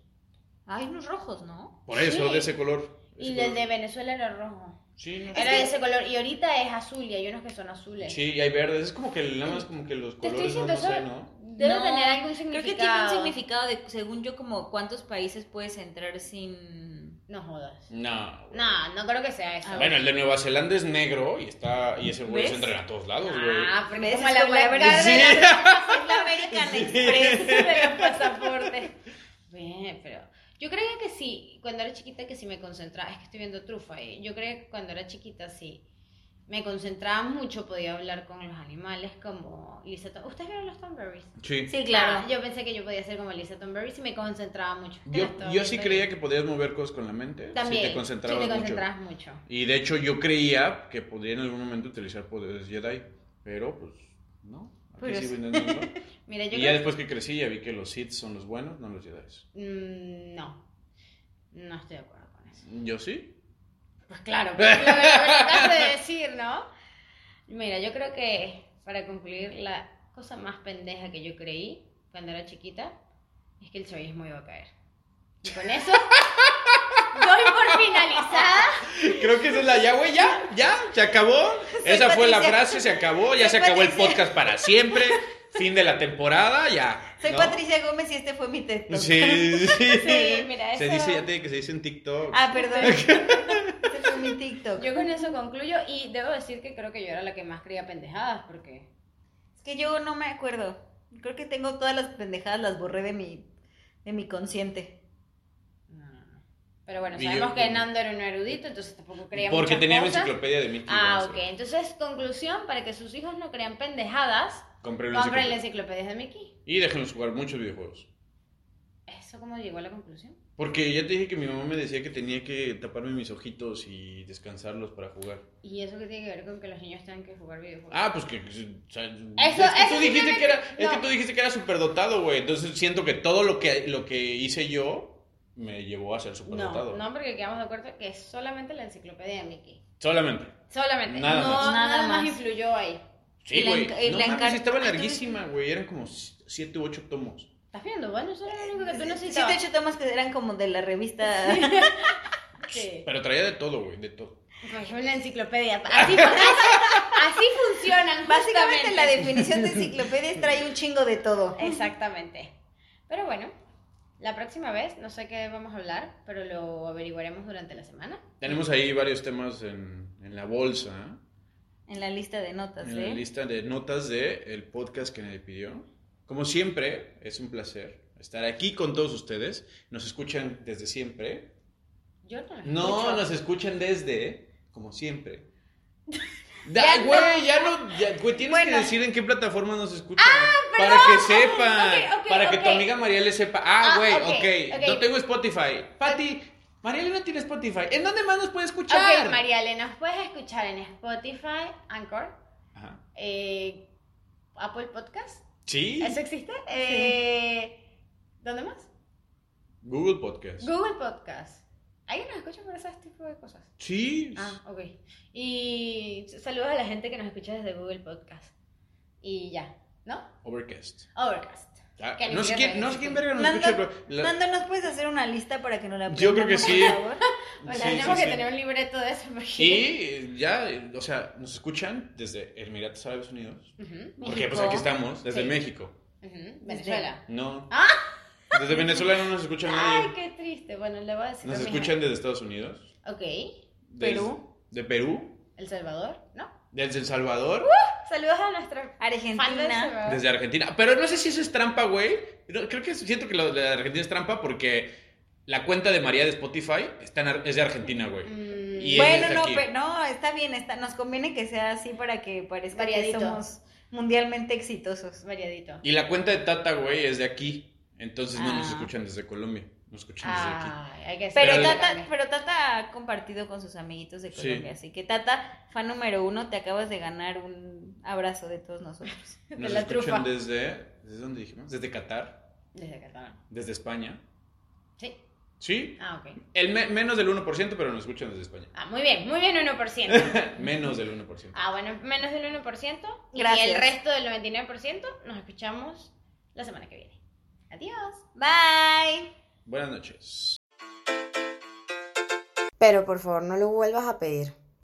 Hay unos rojos, ¿no?
Por eso,
Sí.
de ese color. ese
Y el
color.
de Venezuela era rojo.
Sí, no-
Era de ese color. Y ahorita es azul y hay unos que son azules.
Sí, y hay verdes. Es como que nada más como que los
Te estoy
colores no,
diciendo,
no
eso
sé, ¿no?
debe
No,
tener algún
Creo
significado.
que tiene un significado de, según yo, como cuántos países puedes entrar sin...
No jodas. Ah,
No. güey.
No, no creo que sea eso.
A ver.
Bueno, el de Nueva Zelanda es negro y está y ese güey
¿Ves?
se entrena a todos lados, pues, güey.
Ah, porque
¿Ves?
como
Es
la
como la
Black
Black
Card de
Sí.
la- [laughs] es la American
Sí.
Express de los pasaportes. Bien, pero yo creía que sí, cuando era chiquita que sí me concentraba, es que estoy viendo trufa ahí. Yo creía que cuando era chiquita sí me concentraba mucho, podía hablar con los animales como Lisa Tom- ¿Ustedes vieron los Tomberries?
Sí.
Sí, claro.
Ah, yo pensé que yo podía ser como Lisa Tomberry si me concentraba mucho.
Yo, yo sí creía que podías mover cosas con la mente.
también
Si te concentrabas
sí, te
mucho.
concentrabas mucho.
Y de hecho yo creía que podría en algún momento utilizar poderes Jedi, pero pues no. Al
Pero
[laughs]
principio no, no, no.
Mira, yo Pues,
Y
creo
ya después que crecí ya vi que los Sith son los buenos, no los Jedi.
Mm, no. No estoy de acuerdo con eso. [laughs]
Yo sí.
Pues claro, [laughs] pues lo que me acabas
[laughs]
de decir, ¿no? Mira, yo creo que para concluir, la cosa más pendeja que yo creí cuando era chiquita es que el chavismo iba a caer. Y con
[laughs]
eso, doy por finalizada.
Creo que esa es la ya, güey, ya, ya,
[laughs]
se acabó. esa fue la
Patricia.
frase, se acabó, ya se
Soy
acabó el
Patricia.
podcast para siempre. Fin de la temporada, ya.
Soy
¿no?
Patricia Gómez y este fue mi texto.
Sí,
[laughs]
sí.
Sí, mira,
se
eso-
dice, ya te digo que se dice en TikTok.
Ah,
[laughs]
perdón. este fue mi TikTok.
Yo con eso concluyo y debo decir que creo que yo era la que más creía pendejadas porque...
Es que yo no me acuerdo. Creo que tengo todas las pendejadas, las borré de mi, de mi consciente.
No, no, no. Pero bueno,
Ni yo-
sabemos que Nando era un erudito, entonces tampoco creía
Porque
muchas
tenía una
cosas.
enciclopedia de mil
Ah,
kilómetros.
ok. Entonces, conclusión, para que sus hijos no crean pendejadas,
Compré una
compren la
enciclopedia.
enciclopedia de Mickey.
Y déjenlos jugar muchos videojuegos.
¿Eso cómo llegó a la conclusión?
Porque ya te dije que mi mamá me decía que tenía que taparme mis ojitos y descansarlos para jugar.
¿Y eso qué tiene que ver con que los niños tengan que jugar videojuegos?
Ah, pues que. que- o sea, es
eso
que tú dijiste que
simplemente-
era. Es que
no.
tú dijiste que era superdotado, güey. Entonces siento que todo lo que, lo que hice yo me llevó a ser superdotado.
no, no, porque quedamos de acuerdo que es solamente la enciclopedia de Mickey.
Solamente.
Solamente.
Nada
no,
más.
nada,
Nada
más.
más.
influyó ahí.
Y
Sí,
la
güey.
enca- y
No
la
mames,
encar-
estaba
Ah, tú-
larguísima, güey. Eran como 7 u 8 tomos.
¿Estás viendo? Bueno, eso era lo único que tú
Sí,
necesitabas.
te hecho temas que eran como de la [laughs] revista.
[laughs]
Sí.
Pero traía de todo, güey. De todo.
Pues una enciclopedia. Así, fun- así funcionan.
Básicamente
justamente.
la definición de enciclopedias trae un chingo de todo.
Exactamente. Pero bueno, la próxima vez, no sé qué vamos a hablar, pero lo averiguaremos durante la semana.
Tenemos ahí varios temas en, en la bolsa. ¿eh?
En la lista de notas,
En la
¿eh?
lista de notas del el podcast que me pidió. Como siempre, es un placer estar aquí con todos ustedes. Nos escuchan desde siempre.
Yo no lo
No,
escucho.
nos escuchan desde, como siempre. Da, güey, ya no, ya, güey, tienes que
Bueno.
decir en qué plataforma nos escuchan. para que sepan,
Ok, ok,
para que tu
ok.
amiga María le sepa.
Ah,
Ah, güey,
ok,
ok,
ok.
no tengo Spotify. Pati, María no tiene Spotify. ¿En dónde más nos puede escuchar?
Ok, Mariale, nos puedes escuchar en Spotify, Anchor,
Ajá.
eh, Apple Podcast.
Sí,
¿Eso existe? Eh, ¿Dónde más?
Google Podcast.
Google Podcast. ¿Alguien nos escucha por ese tipo de cosas?
Sí.
Ah, ok. Y saludos a la gente que nos escucha desde Google Podcast. Y ya, ¿no?
Overcast.
Overcast.
Ah,
Que ni
no sé
siquiera
quién, no sé quién
existe.
verga nos
Nando,
escucha, pero la-
Nando, ¿nos puedes hacer una lista para que nos la
Yo creo que
aprendamos,
sí.
por favor?
Bueno,
Sí,
tenemos
sí,
que
sí.
tener un libreto de eso. Porque...
Y eh, ya, eh, o sea, nos escuchan desde Emiratos Árabes Unidos.
Ujú,
Porque pues
México.
aquí estamos, desde
Sí.
México.
ujú, Venezuela.
No. Desde Venezuela no nos escucha
Ay,
nadie.
qué triste. Bueno, le voy a decir.
Nos
a mi
escuchan desde Estados Unidos.
jefe. Ok.
desde-
Perú.
De Perú.
El Salvador, ¿no?
Desde El Salvador.
Uh. Saludos a nuestra fan de El
Argentina.
Salvador.
Desde Argentina. Pero no sé si eso es trampa, güey. No, creo que siento que lo de Argentina es trampa porque la cuenta de María de Spotify está en Ar- es de Argentina, güey.
Mm,
Y él
Bueno,
desde
no,
aquí.
pe- no, está bien, está, nos conviene que sea así para que parezca
Variadito.
que somos mundialmente exitosos.
Variadito.
Y la cuenta de Tata, güey, es de aquí. Entonces no nos
Ah.
escuchan desde Colombia. Nos escuchan desde aquí.
Ay, hay que hacer
Pero
Pero-
Tata, pero Tata ha compartido con sus amiguitos de
Sí.
Colombia, así que Tata, fan número uno, te acabas de ganar un abrazo de todos nosotros.
De
Nos
la
escuchan
trufa.
desde. ¿Desde dónde dijimos? Desde Qatar,
Desde Catalán.
desde España.
Sí.
Sí,
Ah, ok.
el me- menos del 1%, pero nos escuchan desde España.
Ah, muy bien, muy bien 1%.
[laughs] Menos del 1%.
Ah, bueno, menos del 1%. Y
Gracias.
el resto del 99% nos escuchamos la semana que viene. Adiós.
Bye.
Buenas noches.
Pero por favor, no lo vuelvas a pedir.